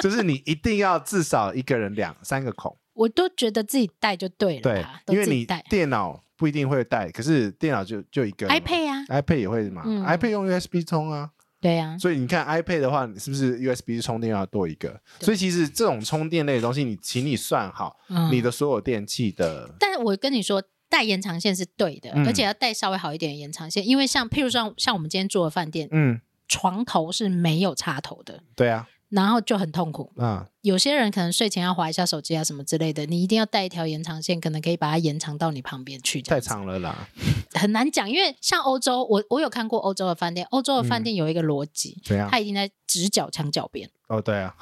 C: 就是你一定要至少一个人两三个孔，
B: 我都觉得自己带就对了
C: 对
B: 啦，，都
C: 因为
B: 自己
C: 你
B: 带
C: 电脑不一定会带，可是电脑就就一个嘛
B: iPad 啊，
C: iPad 也会嘛、
B: 嗯
C: i p a d 用 USB 充啊，
B: 对呀、
C: 所以你看 iPad 的话，你是不是 USB 充电要多一个？
B: 对
C: 所以其实这种充电类的东西，你请你算好
B: 嗯
C: 你的所有电器的，
B: 但我跟你说，带延长线是对的，
C: 嗯
B: 而且要带稍微好一点的延长线，因为像譬如像像我们今天住的饭店，
C: 嗯，
B: 床头是没有插头的，
C: 对啊，
B: 然后就很痛苦。
C: 啊，
B: 有些人可能睡前要划一下手机啊什么之类的，你一定要带一条延长线，可能可以把它延长到你旁边去。这
C: 太
B: 样子
C: 长了啦，
B: 很难讲，因为像欧洲，我我有看过欧洲的饭店，欧洲的饭店有一个逻辑，
C: 嗯怎样
B: 它？一定在直角墙角边，
C: 哦，对啊，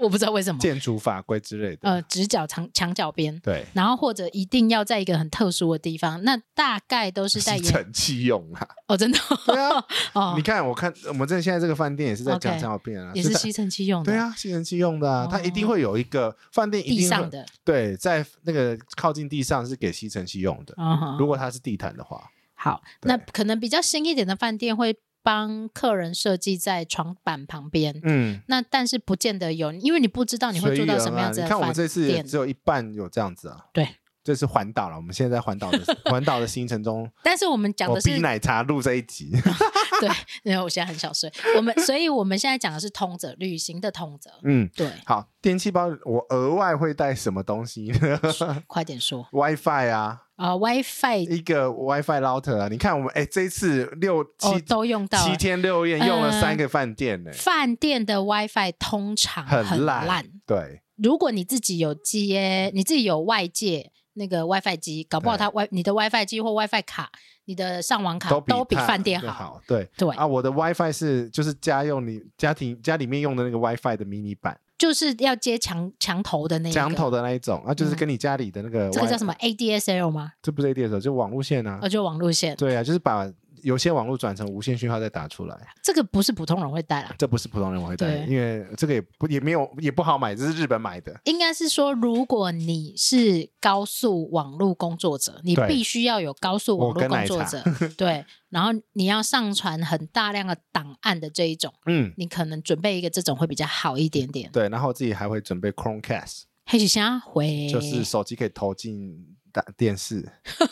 B: 我不知道为什么，
C: 建筑法规之类的，
B: 呃，直角墙墙角边。
C: 对，
B: 然后或者一定要在一个很特殊的地方，那大概都 是在
C: 吸
B: 延
C: 尘器用啊，
B: 哦，真的哦
C: 对啊，
B: 哦
C: 你，看，我看我们这现在这个饭店也是在讲
B: OK
C: 讲好病人啊，
B: 也是
C: 它
B: 吸尘器用的，哦
C: 对，啊，吸尘器用的啊，它一定会有一个饭店一
B: 地
C: 定
B: 上
C: 会
B: 的，
C: 对，在那个靠近地上是给吸尘器用的，
B: 嗯哼
C: 如果它是地毯的话，
B: 好，
C: 对
B: 那可能比较新一点的饭店会帮客人设计在床板旁边，
C: 嗯，
B: 那但是不见得有，因为你不知道你会
C: 随
B: 住到
C: 缘
B: 什么
C: 啊
B: 样子
C: 你
B: 的
C: 看我
B: 饭
C: 们这次也
B: 店
C: 只。有一半有这样子啊，
B: 对，
C: 这是环岛了，我们现在在环岛 的环岛的行程中，
B: 但是我们 讲
C: 我
B: 的是
C: 逼奶茶录这一集，
B: 对，因为我现在很小睡，我们 所以我们现在讲的是通则，旅行的通则。
C: 嗯，
B: 对，
C: 好，电器包我额外会带什么东西呢
B: 快点说
C: ？WiFi 啊，
B: 啊、w i f i
C: 一个 WiFi router 啊，你看我们哎，这次六
B: 哦
C: 七
B: 都用到
C: 七
B: 了。嗯
C: 天六夜用了三个饭店呢、
B: 饭店的 WiFi 通常
C: 很
B: 很
C: 烂对，
B: 如果你自己有接，你自己有外界那个 WiFi 机，搞不好它 Wi 你的 WiFi 机或 WiFi 卡，你的上网卡
C: 比都
B: 比饭店
C: 好。
B: 好。
C: 对
B: 对，
C: 啊，我的 WiFi 是就是家用你家庭家里面用的那个 WiFi 的迷你版，
B: 就是要接墙墙头的那一个
C: 墙头的那一种啊，就是
B: 嗯
C: 跟你家里的那个 Wi,
B: 这个叫什么 ADSL 吗？
C: 这不是 ADSL，就网路线啊
B: 哦，。就网路线，
C: 对啊，就是把有些网络转成无线讯号再打出来，
B: 这个不是普通人会带啦。
C: 这不是普通人会带
B: 对
C: 的，因为这个也不也没有也不好买，这是日本买的。
B: 应该是说，如果你是高速网络工作者，你
C: 对
B: 必须要有高速网
C: 我
B: 络
C: 跟
B: 工
C: 奶
B: 作
C: 茶
B: 者，对，然后你要上传很大量的档案的这一种，
C: 嗯，
B: 你可能准备一个这种会比较好一点点。
C: 对，然后自己还会准备 Chromecast，
B: 黑起虾回
C: 就是手机可以投进打电视。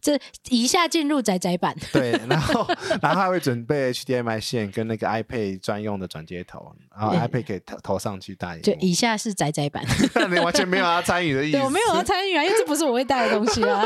B: 这一下进入宅宅版，
C: 对，然后然后还会准备 HDMI 线跟那个 iPad 专用的转接头，然后
B: 对
C: iPad 可以投投上去大荧
B: 就
C: 幕。
B: 以下是宅宅版。
C: 你完全没有要参与的 意思。
B: 对我没有要参与啊，因为这不是我会带的东西 啊。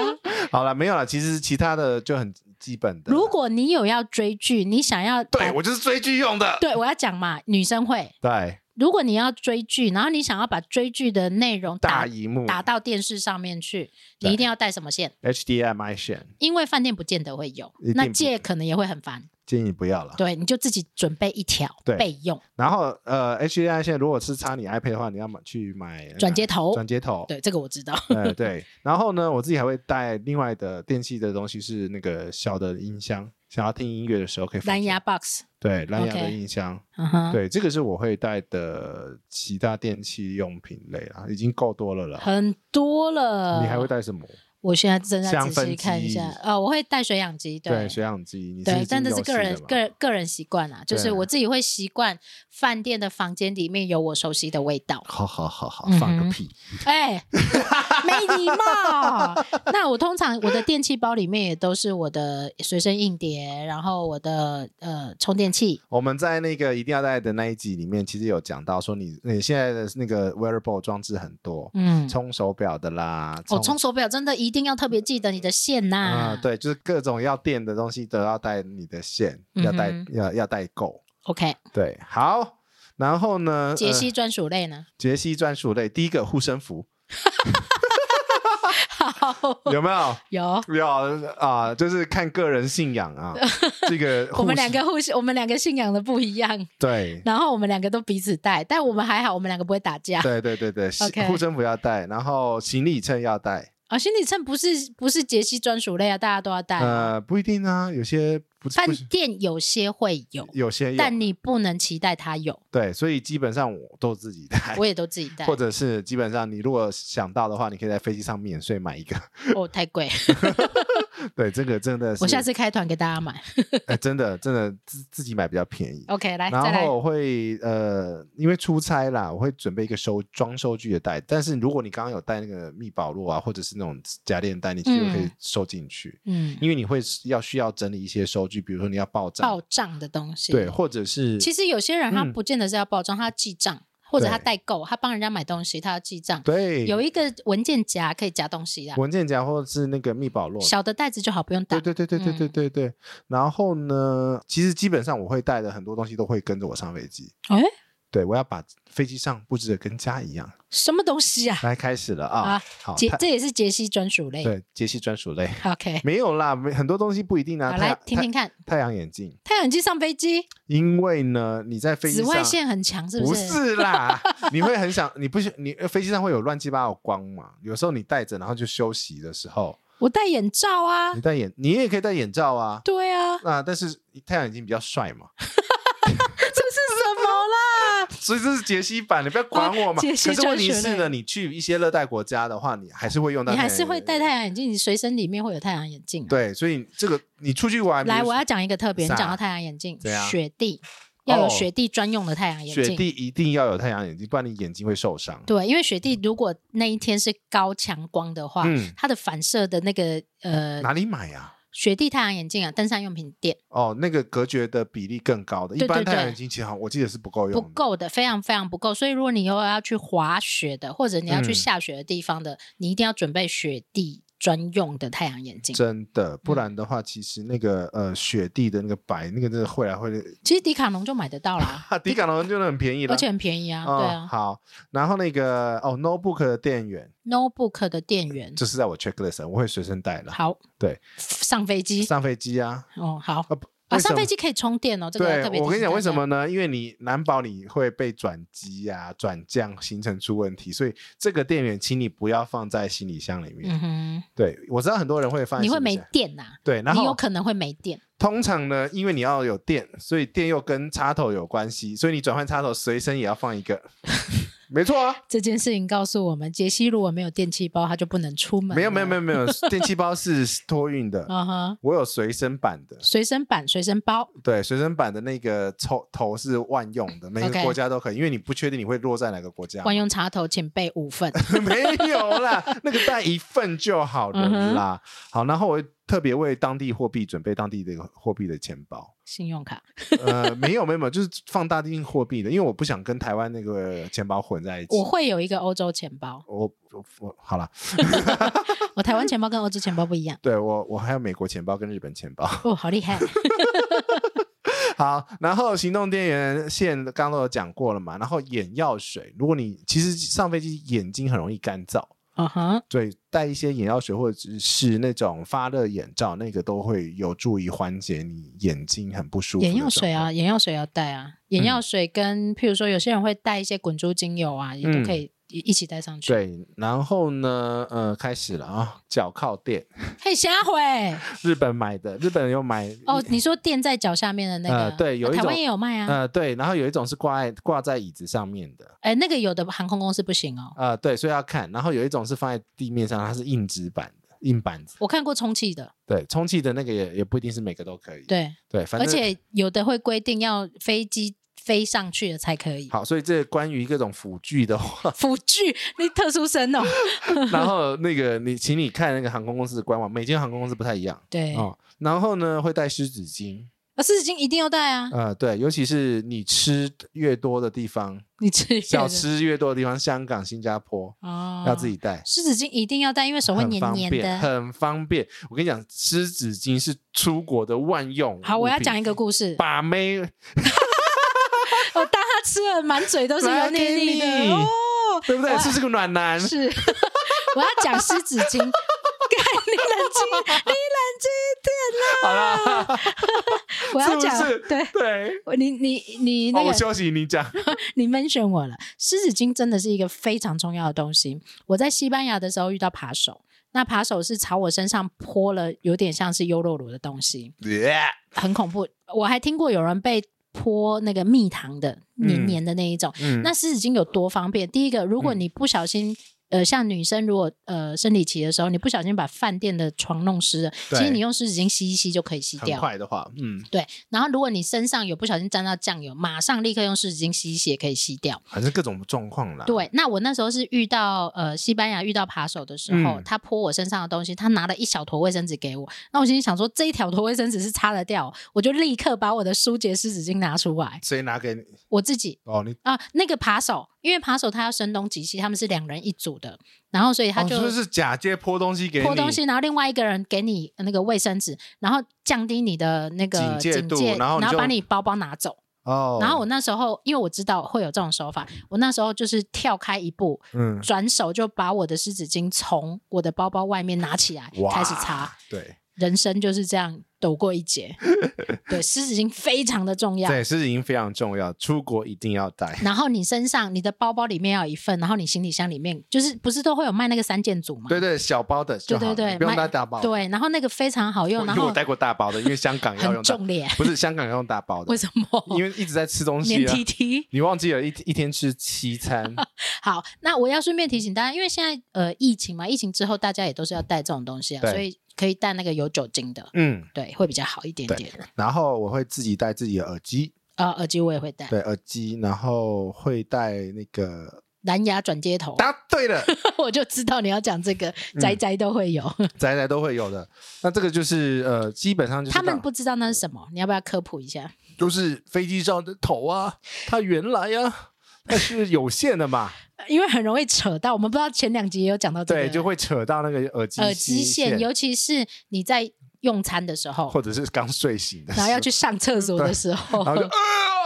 C: 好了，没有了。其实其他的就很基本的啦。
B: 如果你有要追剧，你想要把
C: 对我就是追剧用的。
B: 对我要讲嘛，女生会。
C: 对，
B: 如果你要追剧，然后你想要把追剧的内容
C: 大
B: 打
C: 荧幕
B: 打到电视上面去，
C: 嗯对
B: 你一定要带什么线？
C: HDMI 线
B: 因为饭店不见得会有
C: 一定，
B: 那
C: 不
B: 借可能也会很烦。
C: 建议不要了。
B: 对，你就自己准备一条
C: 对
B: 备用
C: 然后呃，HDMI 线如果是插你 iPad 的话，你要买去买那个
B: 转接头。
C: 转接头。
B: 对，这个我知 道。
C: 呃，对，然后呢，我自己还会带另外的电器的东西，是那个小的音箱，想要听音乐的时候可以放
B: 蓝
C: 进
B: 牙 box，
C: 对蓝牙的
B: OK
C: 音箱。
B: 嗯哼，
C: 对，这个是我会带的其他电器用品类啦，已经够多了啦。
B: 很多了。
C: 你还会？带什么？
B: 我现在正在
C: 香
B: 仔细
C: 氛
B: 看一
C: 机
B: 下，呃，我会带水养机，
C: 对，水养机，你是已
B: 对
C: 经，
B: 但这
C: 有
B: 是个
C: 试
B: 人
C: 的嘛
B: 个人个人习惯啊，就是
C: 对
B: 我自己会习惯饭店的房间里面有我熟悉的味道。
C: 好好好好
B: 嗯，
C: 放
B: 哼
C: 个屁！
B: 哎，没礼貌。那我通常我的电器包里面也都是我的随身硬碟，然后我的呃充电器。
C: 我们在那个一定要带的那一集里面，其实有讲到说你你现在的那个 wearable 装置很多，
B: 嗯，
C: 充手表的啦，
B: 哦，充手表真的一定要特别记得你的线呐、
C: 啊、对，就是各种要电的东西都要带你的线，要带、
B: 嗯哼
C: 要要带够。
B: ，OK，
C: 对，好，然后呢？
B: 杰西
C: 呃
B: 专属类呢？
C: 杰西专属类第一个护 身符 有没有？
B: 有。
C: 有啊、就是看个人信仰 啊。这个
B: 我们
C: 护
B: 两个互信，我们两个信仰的不一样，
C: 对
B: 然后我们两个都彼此带，但我们还好，我们两个不会打架。
C: 对对对对，是
B: OK
C: 护身符要带，然后行李秤要带。
B: 啊，行李秤不是不是杰西专属类啊，大家都要带。
C: 呃，不一定啊，有些不是
B: 饭
C: 不是，
B: 店有些会有，
C: 有些有
B: 但你不能期待它有。
C: 对，所以基本上我都自己带
B: 我。也都自己带
C: 哎或，者是基本上，你如果想到的话，你可以在飞机上免税买一个。
B: 哦，太贵，
C: 对，这个真的是，
B: 我下次开团给大家买。
C: 哎真的真的自自己买比较便宜。
B: OK，来再
C: 然
B: 来
C: 后，我会呃，因为出差啦，我会准备一个收装收据的袋。但是如果你刚刚有带那个密保露啊，或者是那种夹链袋，你就可以
B: 嗯
C: 收进去，
B: 嗯，
C: 因为你会要需要整理一些收据，比如说你要报账，
B: 报账的东西。
C: 对，，或者是
B: 其实有些人他
C: 嗯
B: 不见得是要报账，他要记账，或者他
C: 对
B: 代购，他帮人家买东西，他要记账。
C: 对
B: 有一个文件夹可以夹东西的，
C: 文件夹或者是那个密保露，
B: 小的袋子就好，不用
C: 对
B: 大。嗯
C: 对对对对对对对。然后呢，其实基本上我会带的很多东西都会跟着我上飞机。
B: 哎，
C: 对，我要把飞机上布置的跟家一样。
B: 什么东西啊？
C: 来，开始了啊！
B: 啊
C: 好，
B: 杰
C: 太，
B: 这也是杰西专属类。
C: 对，杰西专属类
B: OK，
C: 没有啦，没很多东西不一定啊。
B: 好，
C: 太
B: 来
C: 阳
B: 听听看，
C: 太太阳眼镜，
B: 太阳镜上飞机，
C: 因为呢，你在飞机
B: 紫
C: 上
B: 外线很强，是
C: 不
B: 是？
C: 是啦， 你会很想，你不喜你呃飞机上会有乱七八糟的光嘛？有时候你戴着，然后就休息的时候，
B: 我戴眼罩啊
C: 你，戴眼，你也可以戴眼罩啊。
B: 对啊，
C: 那、但是太阳眼镜比较帅嘛，
B: 这是什么啦？
C: 所以这是杰西版，你不要管我
B: 哦
C: 嘛。
B: 杰
C: 可
B: 西
C: 是问题
B: 专属
C: 是
B: 类
C: 呢，你去一些热带国家的话，你还是会用到，
B: 你还是会戴。太阳眼镜，你随身里面会有太阳眼镜、啊。
C: 对，所以这个你出去玩，比
B: 来，
C: 如
B: 我要讲一个特别，你
C: 啥
B: 讲到太阳眼镜
C: 怎样，
B: 雪地要有
C: 哦
B: 雪地专用的太阳眼
C: 雪
B: 镜。
C: 地一定要有太阳眼镜，不然你眼睛会受伤。
B: 对，因为雪地如果那一天是高强光的话，
C: 嗯
B: 它的反射的那个呃
C: 哪里买呀、
B: 雪地太阳眼镜啊，登山用品店
C: 哦，那个隔绝的比例更高的，
B: 对
C: 一般
B: 对
C: 太
B: 对
C: 阳眼镜其实好像我记得是不够
B: 不
C: 用的。
B: 够的，非常非常不够。所以如果你以后要去滑雪的，或者你要去
C: 嗯
B: 下雪的地方的，你一定要准备雪地专用的太阳眼镜。
C: 真的，不然的话，其实那个呃雪地的那个白，那个真的会来会去，
B: 其实迪卡侬就买得到啦，
C: 哈，迪卡侬就很便宜了，
B: 而且很便宜啊，
C: 嗯
B: 对啊。
C: 好，然后那个哦，notebook 的电源，
B: notebook 的电源。
C: 这是在我 checklist，上我会随身带了。
B: 好，
C: 对，
B: 上飞机
C: 上飞机啊，
B: 哦，好
C: 啊不
B: 啊，
C: 为什
B: 上
C: 么
B: 飞机可以充电哦，这个要
C: 对
B: 特别。
C: 我跟你讲为什？么呢？因为你难保你会被转机啊、转降行程出问题，所以这个电源请你不要放在行李箱里面。
B: 嗯哼，
C: 对我知道很多人会放在
B: 你
C: 行
B: 会
C: 李
B: 没
C: 箱
B: 电呐、
C: 对，然
B: 你有
C: 后
B: 可能会没电。
C: 通常呢，因为你要有电，所以电又跟插头有关系，所以你转换插头随身也要放一个。 没错啊，
B: 这件事情告诉我们，杰西如果没有电器包，他就不能出门。
C: 没有没有没有，没有，电器包是托运的，
B: 嗯哼，
C: 我有随身版 的，
B: 随身版、随身包，
C: 对，随身版的那个头头是万用的，每个
B: OK
C: 国家都可以，因为你不确定你会落在哪个国家嘛。
B: 万用插头请备五份。
C: 没有啦，那个带一份就好
B: 嗯
C: 了啦。好，然后我会特别为当地货币准备当地的货币的钱包。
B: 信用卡
C: 呃，没有没有没有，就是放当地货币的，因为我不想跟台湾那个钱包混在一起。
B: 我会有一个欧洲钱 包，
C: 我我我好啦，
B: 我台湾钱包跟欧洲钱包不一 样。
C: 对我我还有美国钱包跟日本钱包。
B: 哦，好厉害！
C: 好，然后行动电源线刚刚都有讲过了嘛，然后眼药水，如果你其实上飞机眼睛很容易干燥，
B: 嗯哼，
C: 对，带一些眼药水或者是那种发热眼罩，那个都会有助于缓解你眼睛很不舒服。
B: 眼药水啊，，
C: 嗯
B: 眼药水要带啊，眼药水跟譬如说有些人会带一些滚珠精油啊，也都可以，一起带上去。，
C: 嗯对，然后呢，呃，开始了啊、脚靠垫，
B: 嘿，瞎回
C: 日本买的，日本有买
B: 哦，你说垫在脚下面的那个，
C: 呃对有一
B: 台
C: 种
B: 湾也有卖啊。
C: 呃，对，然后有一种是挂在挂在椅子上面的，
B: 哎、那个有的航空公司不行哦，
C: 呃，对，所以要看。然后有一种是放在地面上，它是硬纸板的，硬板子。
B: 我看过充气的，
C: 对，充气的那个也也不一定是每个都可以。
B: 对，
C: 对，反
B: 而
C: 正
B: 且有的会规定要飞机飞上去了才可以。，
C: 好，所以这关于各种辅具的话
B: 辅具，你特殊生 哦，
C: 然后那个你，请你看那个航空公司的官网，每间航空公司不太一样
B: 对，
C: 哦。然后呢，会带湿纸巾，
B: 啊湿纸巾一定要带啊，
C: 呃，对，尤其是你吃越多的地方，
B: 你吃
C: 小吃越多的地方，香港、新加坡
B: 哦，
C: 要自己带。
B: 湿纸巾一定要带，因为手会
C: 很
B: 黏
C: 方
B: 黏
C: 便，
B: 的。
C: 很方便。我跟你讲，湿纸巾是出国的万用。
B: 好，我要讲一个故事。
C: 把妹，
B: 我当他吃了满嘴都是油腻腻
C: 来给你
B: 的哦，
C: 对不对？
B: 我
C: 是不是个暖男？
B: 是， 我要讲湿纸巾。 干你冷静，你冷
C: 好啦，
B: 静一点。我要讲，
C: 是不是
B: 对
C: 对。
B: 我你你你那
C: 哦，
B: 个、
C: 我休息，你讲。
B: 你 mention 我了，湿纸巾真的是一个非常重要的东西。我在西班牙的时候遇到扒手，那扒手是朝我身上泼了有点像是优酪乳的东西，很恐怖。我还听过有人被泼那个蜜糖的黏
C: 嗯
B: 黏的那一种，
C: 嗯
B: 那湿纸巾有多方便？第一个，如果你不小心，呃，像女生如果呃生理期的时候，你不小心把饭店的床弄湿了，其
C: 对
B: 实你用湿纸巾吸一吸就可以吸
C: 很
B: 掉。
C: 快的话，嗯，
B: 然后，如果你身上有不小心沾到酱油，马上立刻用湿纸巾吸一吸也可以吸掉。
C: 反正各种状况啦。
B: 对，那我那时候是遇到呃西班牙遇到扒手的时候，
C: 嗯
B: 他泼我身上的东西，他拿了一小坨卫生纸给我，那我心里想说这一条坨卫生纸是擦得掉，我就立刻把我的舒洁湿纸巾拿出来，
C: 谁拿给你？
B: 我自己
C: 哦，你
B: 啊，那个扒手，因为扒手他要声东击西，他们是两人一组的，然后所以他
C: 哦
B: 就
C: 所以是假借泼东西给你，
B: 泼东西，然后另外一个人给你那个卫生纸，然后降低你的那个警
C: 警戒
B: 戒，
C: 度然后你就
B: 把你包包拿走。
C: 哦。
B: 然后我那时候，因为我知道会有这种手法，我那时候就是跳开一步，
C: 嗯，
B: 转手就把我的湿纸巾从我的包包外面拿起来
C: 哇
B: 开始擦。。
C: 对，
B: 人生就是这样躲过一 劫。对，湿纸巾非常的重要。
C: 对，湿纸巾非常重要，出国一定要带。
B: 然后你身上、你的包包里面要有一份，然后你行李箱里面就是不是都会有卖那个三件组吗？
C: 对对，小包的就
B: 对
C: 好了，
B: 对对
C: 不用
B: 买
C: 带大包。
B: 对然后那个非常好用，
C: 因
B: 然
C: 为我
B: 后
C: 带过大包的，因为香港要
B: 很
C: 用大，
B: 重咧，
C: 不是香港要用大包 的
B: 为，什么？
C: 因为一直在吃东
B: 黏
C: 西啊。
B: T T。
C: 你忘记了一一天吃 七餐，
B: 好，那我要顺便提醒大家，因为现在呃疫情嘛，疫情之后大家也都是要带这种东西啊，
C: 对
B: 所以可以带那个有酒精的，
C: 嗯，
B: 对，会比较好一点
C: 对
B: 点。
C: 然后我会自己戴自己的耳机，
B: 呃，耳机我也会带，
C: 对，耳机，然后会戴那个。哦
B: 蓝牙转接 头，
C: 答对了，
B: 我就知道你要讲这个，
C: 嗯
B: 宅宅都会有，
C: 宅宅都会有的。那这个就是呃，基本上就是
B: 他们
C: 到
B: 不知道那是什么，你要不要科普一下？
C: 就是飞机上的头 啊，它原来呀、啊，它是有线的嘛，
B: 因为很容易扯到，我们不知道前两集也有讲到这个，
C: 对，就会扯到那个耳机
B: 耳机
C: 线
B: 线，，尤其是你在用餐的时候，
C: 或者是刚睡醒的时
B: 然
C: 候，
B: 后要去上厕所的时候，
C: 然后就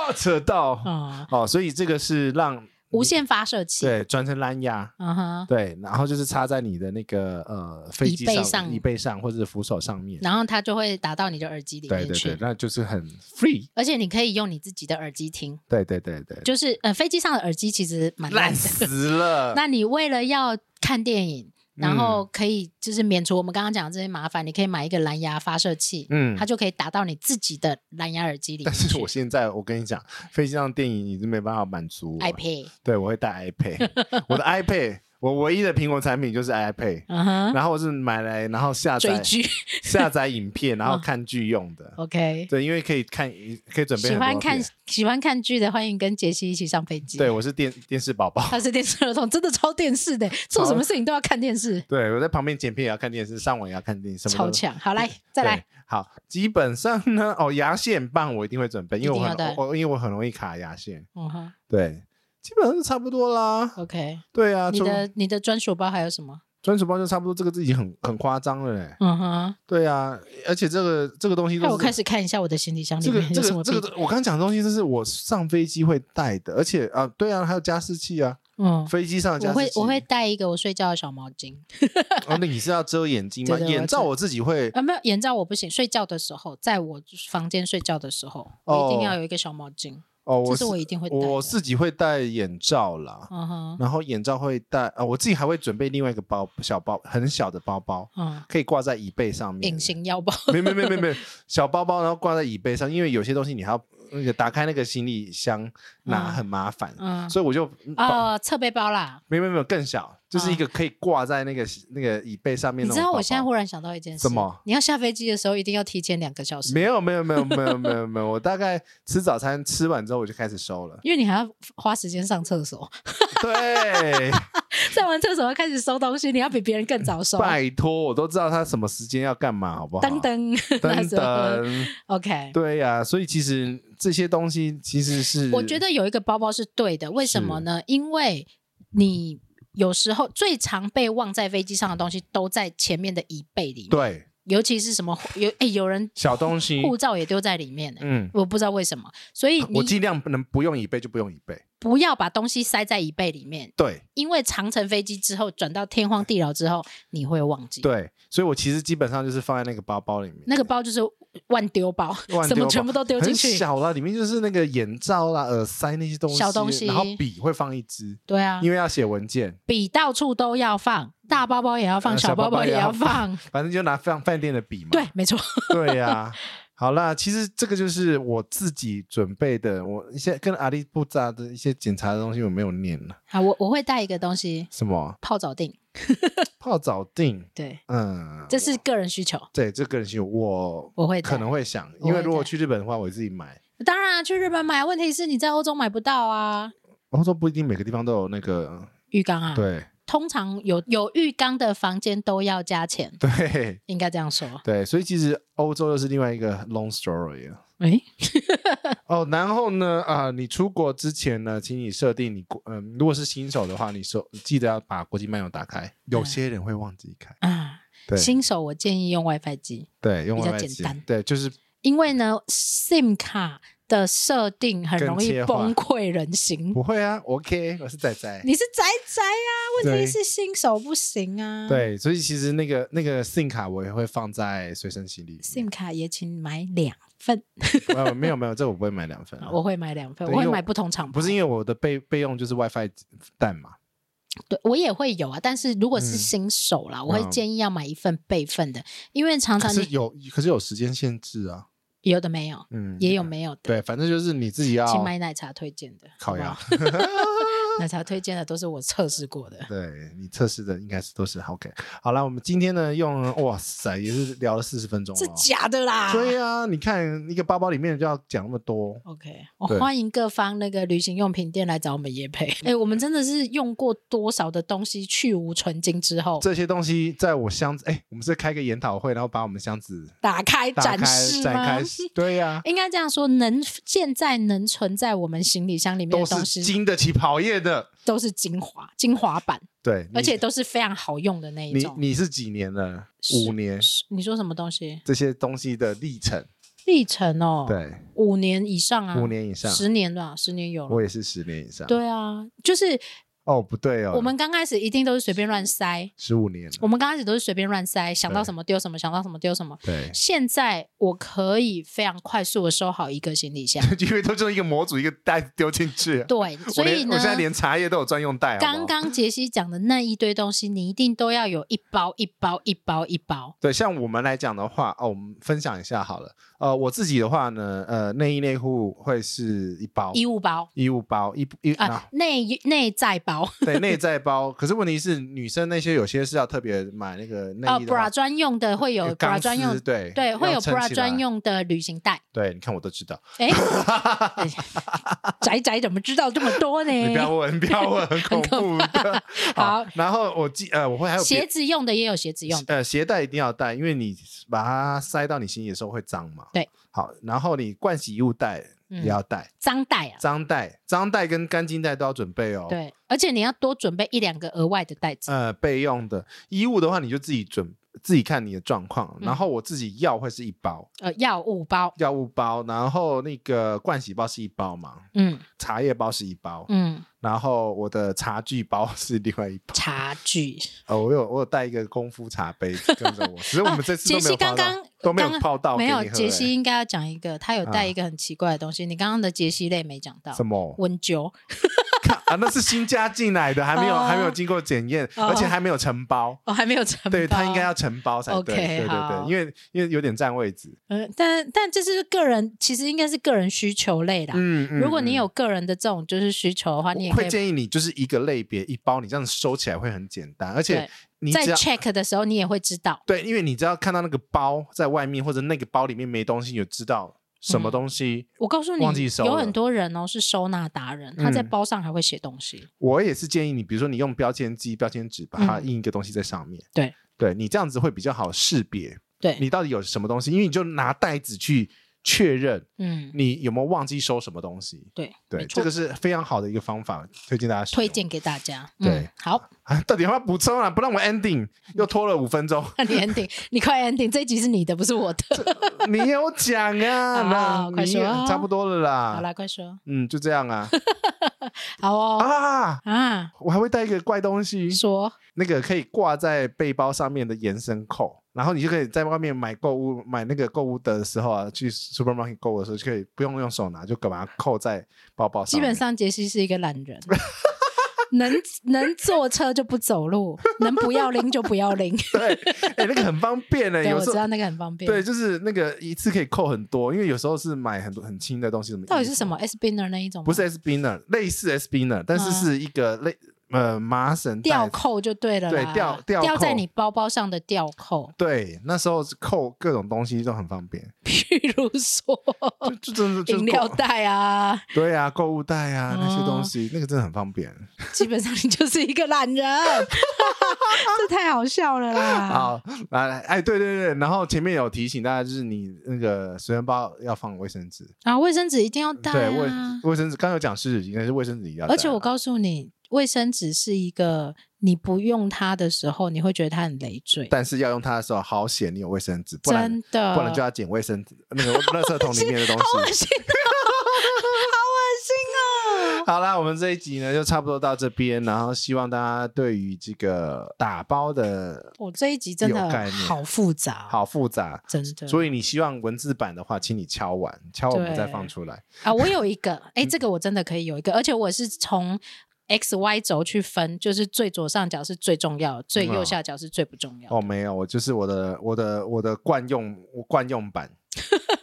C: 啊扯到
B: 嗯，
C: 哦，所以这个是让
B: 无线发射器，
C: 对转成蓝牙，
B: 嗯哼，
C: 对，然后就是插在你的那个呃飞机
B: 椅背
C: 上、
B: 上
C: 椅背上或者是扶手上面。
B: 然后它就会打到你的耳机里
C: 对
B: 面
C: 对对
B: 去，。
C: 那就是很 free。
B: 而且你可以用你自己的耳机听，
C: 对对对对，
B: 就是呃，飞机上的耳机其实蛮烂
C: 烂
B: 的。
C: 死了。
B: 那你为了要看电影，然后
C: 嗯
B: 可以就是免除我们刚刚讲的这些麻烦，你可以买一个蓝牙发射器，
C: 嗯
B: 它，就可以打到你自己的蓝牙耳机里面去。
C: 但是我现在我跟你讲，飞机上电影已经没办法满足我。
B: iPad，
C: 对，我会带 iPad。我的 iPad，我唯一的苹果产品就是 iPad。
B: 嗯哼，
C: 然后我是买来，然后下
B: 追
C: 载
B: 剧
C: 下载影片，然后
B: 嗯
C: 看剧用的。
B: ，OK。
C: 对，因为可以看，可以准备
B: 喜
C: 很
B: 欢
C: 多
B: 看
C: 片
B: 喜欢看剧的，欢迎跟杰西一起上飞机。
C: 对，我是电电视 宝宝。
B: 他是电视儿童，真的超电视的，做什么事情都要看电视，
C: 对，我在旁边剪片也要看电视，上网也要看电视，什么
B: 超
C: 都
B: 强。好，来再
C: 对
B: 来，。
C: 好，基本上呢，哦，牙线棒我一定会准备，因为我
B: 一定要
C: 很
B: 带
C: 我因为我很容易卡牙线。
B: 嗯哼
C: 对，基本上是差不多啦。
B: ，OK。
C: 对啊，
B: 你
C: 就
B: 的你的专属包还有什么？
C: 专属包就差不多，这个自己很很夸张了嘞。
B: 嗯哼，
C: 对啊，而且这个这个东西
B: 那我
C: 都
B: 开
C: 是
B: 始看一下我的行李箱里
C: 这个
B: 面
C: 这
B: 有什么
C: 个
B: 必
C: 这个，我刚讲的东西，这是我上飞机会带的，而且啊，对啊，还有加湿器啊，
B: 嗯，
C: 飞机上的加
B: 我
C: 湿
B: 会
C: 器。
B: 我会带一个我睡觉的小毛巾
C: 哦，那你是要遮眼睛吗？
B: 对对我
C: 眼罩
B: 遮
C: 我自己会
B: 啊，没有眼罩我不行，睡觉的时候，在我房间睡觉的时候，
C: 哦
B: 我一定要有一个小毛巾。
C: 哦，我
B: 这是我一定会带的
C: 我自己会戴眼罩啦，
B: 嗯哼，
C: 然后眼罩会戴，呃，我自己还会准备另外一个包小包，很小的包包，
B: 嗯，
C: 可以挂在椅背上面。
B: 隐形腰包，
C: 没没没没没，小包包然后挂在椅背上，因为有些东西你还要那个打开那个行李箱拿
B: 嗯
C: 很麻烦，
B: 嗯，
C: 所以我就嗯把
B: 哦，侧背包啦。
C: 没没没有更小，就是一个可以挂在那个那个椅背上面
B: 你
C: 那
B: 知
C: 种包包。
B: 道我现在忽然想到一件事，
C: 什么？
B: 你要下飞机的时候一定要提前两个小时，。
C: 没有没有没有没有没有没有，我大概吃早餐吃完之后我就开始收了
B: 因为你还要花时间上厕所，
C: 对，
B: 上完厕所要开始收东西，你要比别人更早收。
C: 拜托，我都知道他什么时间要干嘛，好不好？
B: 噔噔，那
C: 噔
B: 时候
C: 噔，
B: OK。
C: 对呀、所以其实这些东西其实是
B: 我觉得有一个包包是对的，为什么
C: 是
B: 呢？因为你有时候最常被忘在飞机上的东西都在前面的椅背里面，
C: 对
B: 尤其是什么有哎、有人
C: 小东西，
B: 护照也丢在里面、欸，
C: 嗯，
B: 我不知道为什么，所以
C: 我
B: 你
C: 尽量不能不用椅背就不用椅背。
B: 不要把东西塞在椅背里面，
C: 对
B: 因为长程飞机之后转到天荒地老之后，你会忘记。
C: 对，所以我其实基本上就是放在那个包包里面，
B: 那个包就是万丢包，
C: 万丢包
B: 什么全部都丢进
C: 很
B: 去。
C: 小啦，里面就是那个眼罩啦、耳塞那些东西，
B: 小东西
C: 然后笔会放一支，
B: 对啊，
C: 因为要写文件，
B: 笔到处都要放，大包包也要放，
C: 呃
B: 小包包也要
C: 小包包
B: 放。
C: 反正就拿饭饭店的笔嘛。
B: 对，没错。
C: 对呀、好啦，其实这个就是我自己准备的，我一些跟阿里布扎的一些检查的东西我没有念了，
B: 好，啊我我会带一个东西，
C: 什么啊
B: 泡澡定。
C: 泡澡定，
B: 对，
C: 嗯，
B: 这是个人需求，
C: 对这个人性我
B: 我会带
C: 可能会想，
B: 我
C: 因为
B: 会
C: 如果
B: 带
C: 去日本的话，我自己买。
B: 当然啊去日本买，问题是你在欧洲买不到啊。
C: 欧洲不一定每个地方都有那个，
B: 浴缸啊，
C: 对
B: 通常有有浴缸的房间都要加钱，
C: 对
B: 应该这样说。
C: 对，所以其实欧洲又是另外一个 long story 了。
B: 诶，
C: 哦，然后呢，啊、你出国之前呢，请你设定你国，嗯、如果是新手的话，你说记得要把国际漫游打开。有些人会忘记开，
B: 啊，嗯
C: 对
B: 新手我建议用 WiFi 机，
C: 对，用
B: 比较
C: WiFi
B: 简
C: 机
B: 单嗯
C: 对，就是
B: 因为呢，SIM 卡的设定很
C: 跟
B: 容易
C: 切
B: 崩
C: 换
B: 溃人心。
C: 不会啊，OK，我是仔仔。
B: 你是宅宅啊，问
C: 对
B: 题是新手不行啊。
C: 对，所以其实那个那个 SIM 卡我也会放在随身行李里面。
B: ，SIM 卡也请买两份，
C: 呃，没有没有，这我不会买两份啊、
B: 我会买两份，
C: 对
B: 我会
C: 因为
B: 买不同厂牌。
C: 不是因为我的备备用就是 WiFi 蛋嘛，
B: 对我也会有啊，但是如果是
C: 嗯
B: 新手啦，我会
C: 嗯
B: 建议要买一份备份的，因为常
C: 可
B: 常
C: 是
B: 你
C: 有可是有时间限制啊，
B: 有的没有，
C: 嗯，
B: 也有没有的。
C: 对，反正就是你自己要
B: 请买奶茶推荐的，
C: 烤
B: 好
C: 鸭
B: 不，好奶茶推荐的都是我测试过的。
C: 对你测试的应该是都是 OK。好了，我们今天呢用哇塞也是聊了四十分钟
B: 是
C: 了哦，
B: 假的啦！
C: 对呀、你看一个包包里面就要讲那么多，
B: OK，我
C: 对
B: 欢迎各方那个旅行用品店来找我们叶配。哎、我们真的是用过多少的东西去无存精之后，
C: 这些东西在我箱子，哎，我们是开个研讨会，然后把我们箱子
B: 打开
C: 打
B: 展
C: 开
B: 示
C: 展
B: 吗哎
C: 开？，对 呀、
B: 应该这样说，能现在能存在我们行李箱里面
C: 都
B: 的东西，
C: 是经得起考验的，
B: 都是精华、精华版，
C: 对，你
B: 而且都是非常好用的那一
C: 你
B: 种。
C: 你是几年了？
B: 是
C: 五年
B: 是你说什么东西？
C: 这些东西的历程，
B: 历程哦，，
C: 对，
B: 五年以上啊，
C: 五年以上，
B: 十年吧，十年有了。
C: 我也是十年以上。，
B: 对啊，就是
C: 哦，不对哦，
B: 我们刚开始一定都是随便乱塞，
C: 十五年了，
B: 我们刚开始都是随便乱塞，想到
C: 对
B: 什么丢什么，想到什么丢什么。，
C: 对
B: 现在我可以非常快速的收好一个行李箱，
C: 因为都是一个模组一个袋子丢进去。
B: 对，
C: 我
B: 所以
C: 连我
B: 呢
C: 现，在连茶叶都有专用袋，好不好
B: 刚刚杰西讲的那一堆东西，你一定都要有一包一包一包一包。
C: 对，像我们来讲的话，哦，我们分享一下好了。呃，我自己的话呢，呃，内衣内裤会是一包
B: 衣物包
C: 衣物包，一一
B: 啊、
C: 啊，
B: 内内在包
C: 对，内在包。可是问题是，女生那些有些是要特别买那个内
B: 呃
C: 衣的话呃
B: bra 专用的会有
C: 钢
B: bra 专用
C: 丝，对
B: 对，会有
C: 要撑
B: bra
C: 起来
B: 专用的旅行袋。
C: 对，你看我都知道。
B: 哎，哎宅宅怎么知道这么多呢？
C: 你不要问，不 要问，很恐怖的。
B: 好，
C: 然后我记呃，我会还有别
B: 鞋子用的也有鞋子用的，
C: 呃鞋带一定要带，因为你把它塞到你行李的时候会脏嘛。
B: 对，
C: 好，然后你盥洗衣物带
B: 嗯
C: 也要带，
B: 脏袋啊，
C: 脏带、脏带跟干净带都要准备哦。，
B: 对，而且你要多准备一两个额外的袋子。
C: 呃，备用的衣物的话，你就自己准。自己看你的状况，
B: 嗯
C: 然后我自己药会是一包
B: 呃，药物包，
C: 药物包，然后那个盥洗包是一包嘛，
B: 嗯
C: 茶叶包是一包，
B: 嗯，
C: 然后我的茶具包 是另外一包。
B: 茶具。
C: 哦，我有我有带一个功夫茶杯跟着我，只是我们这次
B: 啊 杰
C: 都没
B: 西
C: 有
B: 刚
C: 放到。
B: 刚
C: 都没
B: 刚
C: 有
B: 刚
C: 泡到给
B: 没
C: 你喝、欸
B: 有杰西应该要讲一个，他有带
C: 啊
B: 一个很奇怪的东西，你刚刚的杰西类没讲到
C: 哎。什么
B: 温灸，
C: 看啊？那是新加进来的，还没有、
B: 哦
C: 还没有经过检验，
B: 哦
C: 而且还没有承包。
B: 我、哦、还没有承包。啊
C: 对他应该要承包才对
B: OK，
C: 对对
B: 好
C: 对，因为因为有点占位置。
B: 嗯，但但这是个人，其实应该是个人需求类啦。
C: 嗯，嗯
B: 如果你
C: 嗯
B: 有个人的这种就是需求的话，你也
C: 我
B: 可
C: 会
B: 以
C: 建议你就是一个类别一包，你这样收起来会很简单，而且
B: 对
C: 你
B: 在
C: 只要
B: check 的时候，你也会知道。
C: 对，因为你只要看到那个包在外面或者那个包里面没东西，你就知道什
B: 嗯
C: 么东西。
B: 我告诉你
C: 忘记，收了
B: 有很多人哦是收纳达人，他在
C: 嗯
B: 包上还会写东西。
C: 我也是建议你，比如说你用标签机、标签纸把它
B: 嗯
C: 印一个东西在上面，
B: 对，
C: 对你这样子会比较好识别
B: 对，
C: 你到底有什么东西，因为你就拿袋子去确认
B: 嗯，
C: 你有没有忘记收什么东西。
B: 对，
C: 对，
B: 没错
C: 这个是非常好的一个方法，推荐大家使
B: 推
C: 用
B: 荐给大家。嗯
C: 对，
B: 好，
C: 啊！到底要不要补充啊？不让我 ending 又拖了五 分钟。
B: 那你 ending，你快 ending，这一集是你的，不是我的。
C: 你有讲啊，
B: 好
C: 那
B: 快
C: 你
B: 说
C: 也
B: 啊
C: 差不多了
B: 好
C: 啦。
B: 啦，快说。
C: 嗯，就这样啊
B: 好哦，
C: 啊！
B: 啊，
C: 我还会带一个怪东西，
B: 说
C: 那个可以挂在背包上面的延伸扣，然后你就可以在外面买购物买那个购物的时候啊，去 supermarket 购物的时候就可以不用用手拿，就把它扣在包包上
B: 基
C: 面。
B: 本上杰西是一个懒 人，能能坐车就不走路，能不要拎就不要 拎。
C: 对，哎、那个很方便呢、
B: 对，
C: 有
B: 我
C: 时
B: 知
C: 候
B: 道那个很方便。
C: 对，，就是那个一次可以扣很多，因为有时候是买很多很轻的东西，什么
B: 到底
C: 衣
B: 是
C: 服
B: 什么 S Binner 那一种吗？
C: 不是 S spinner，类似 S spinner，但是
B: 嗯
C: 是一个类呃麻绳带
B: 吊扣就对了啦，
C: 对吊吊扣
B: 在你包包上的吊 扣，
C: 对，那时候是扣各种东西都很方便，
B: 譬如说
C: 就就真的就是
B: 饮料
C: 购
B: 袋 啊，
C: 对啊，购物袋啊那些
B: 哦啊
C: 东西，那个真的很方便。
B: 基本上你就是一个懒人， 这太好笑了啦！
C: 好，来来，哎，对对对，然后前面有提醒大家，就是你那个随身包要放卫生纸，
B: 啊，卫生纸一定要带
C: 对卫
B: 啊，
C: 卫生纸，刚刚有讲湿纸巾，但是卫生纸也要带啊。
B: 而且我告诉你，卫生纸是一个你不用它的时候，你会觉得它很累赘，
C: 但是要用它的时候，好险你有卫生纸，不然
B: 真的，
C: 不然就要捡卫生纸那个垃圾桶里面的东
B: 好恶
C: 西。
B: 心哦，好恶心哦！
C: 好啦，我们这一集呢就差不多到这边，然后希望大家对于这个打包的
B: 我这一集真
C: 有
B: 的
C: 概念
B: 好复杂，
C: 好复杂，
B: 真的。
C: 所以你希望文字版的话，请你敲完，敲完我们再放出来。
B: 啊，我有一 个，哎、
C: 嗯
B: 这个我真的可以有一个，而且我是从 X、Y 轴去分，就是最左上角是最重要的，最右下角是最不重要的。
C: 嗯哦，没有，我就是我的我的我的惯用我惯用 版，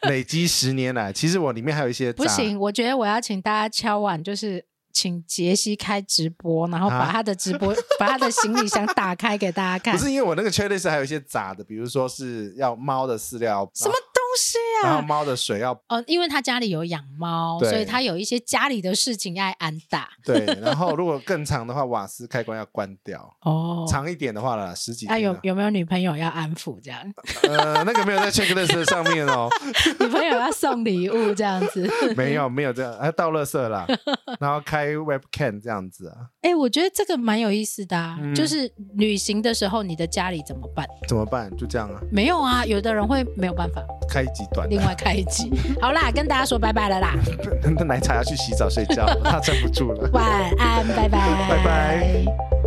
C: 累积十年来，其实我里面还有一些
B: 不
C: 杂
B: 行，我觉得我要请大家敲碗，就是请杰西开直播，然后把
C: 啊
B: 他的直播，把他的行李箱打开给大家看
C: 不。是因为啊我那个 checklist 还有一些杂的，比如说是要猫的饲料，
B: 什么东西
C: 然后，然后
B: 啊？
C: 猫的水要
B: 哦，因为他家里有养猫，
C: 对
B: 所以他有一些家里的事情爱安打。
C: 对，然后如果更长的话，瓦斯开关要关掉，
B: 哦，
C: 长一点的话啦，十几
B: 啊，
C: 天
B: 有
C: 了，
B: 有没有女朋友要安抚这样？
C: 呃，那个没有在 checklist 上面哦，
B: 女朋友要送礼物这样子？
C: 没有没有这样，啊，倒垃圾啦，然后开 webcam 这样子啊，
B: 哎、我觉得这个蛮有意思的啊，
C: 嗯
B: 就是旅行的时候你的家里怎么办？
C: 怎么办？就这样啊，
B: 没有啊，有的人会没有办法，
C: 开一集短的
B: 另。外开一集。 好啦，跟大家说拜拜了啦，
C: 那奶茶要去洗澡睡觉，他撑不住了。
B: 晚安，拜拜，
C: 拜拜。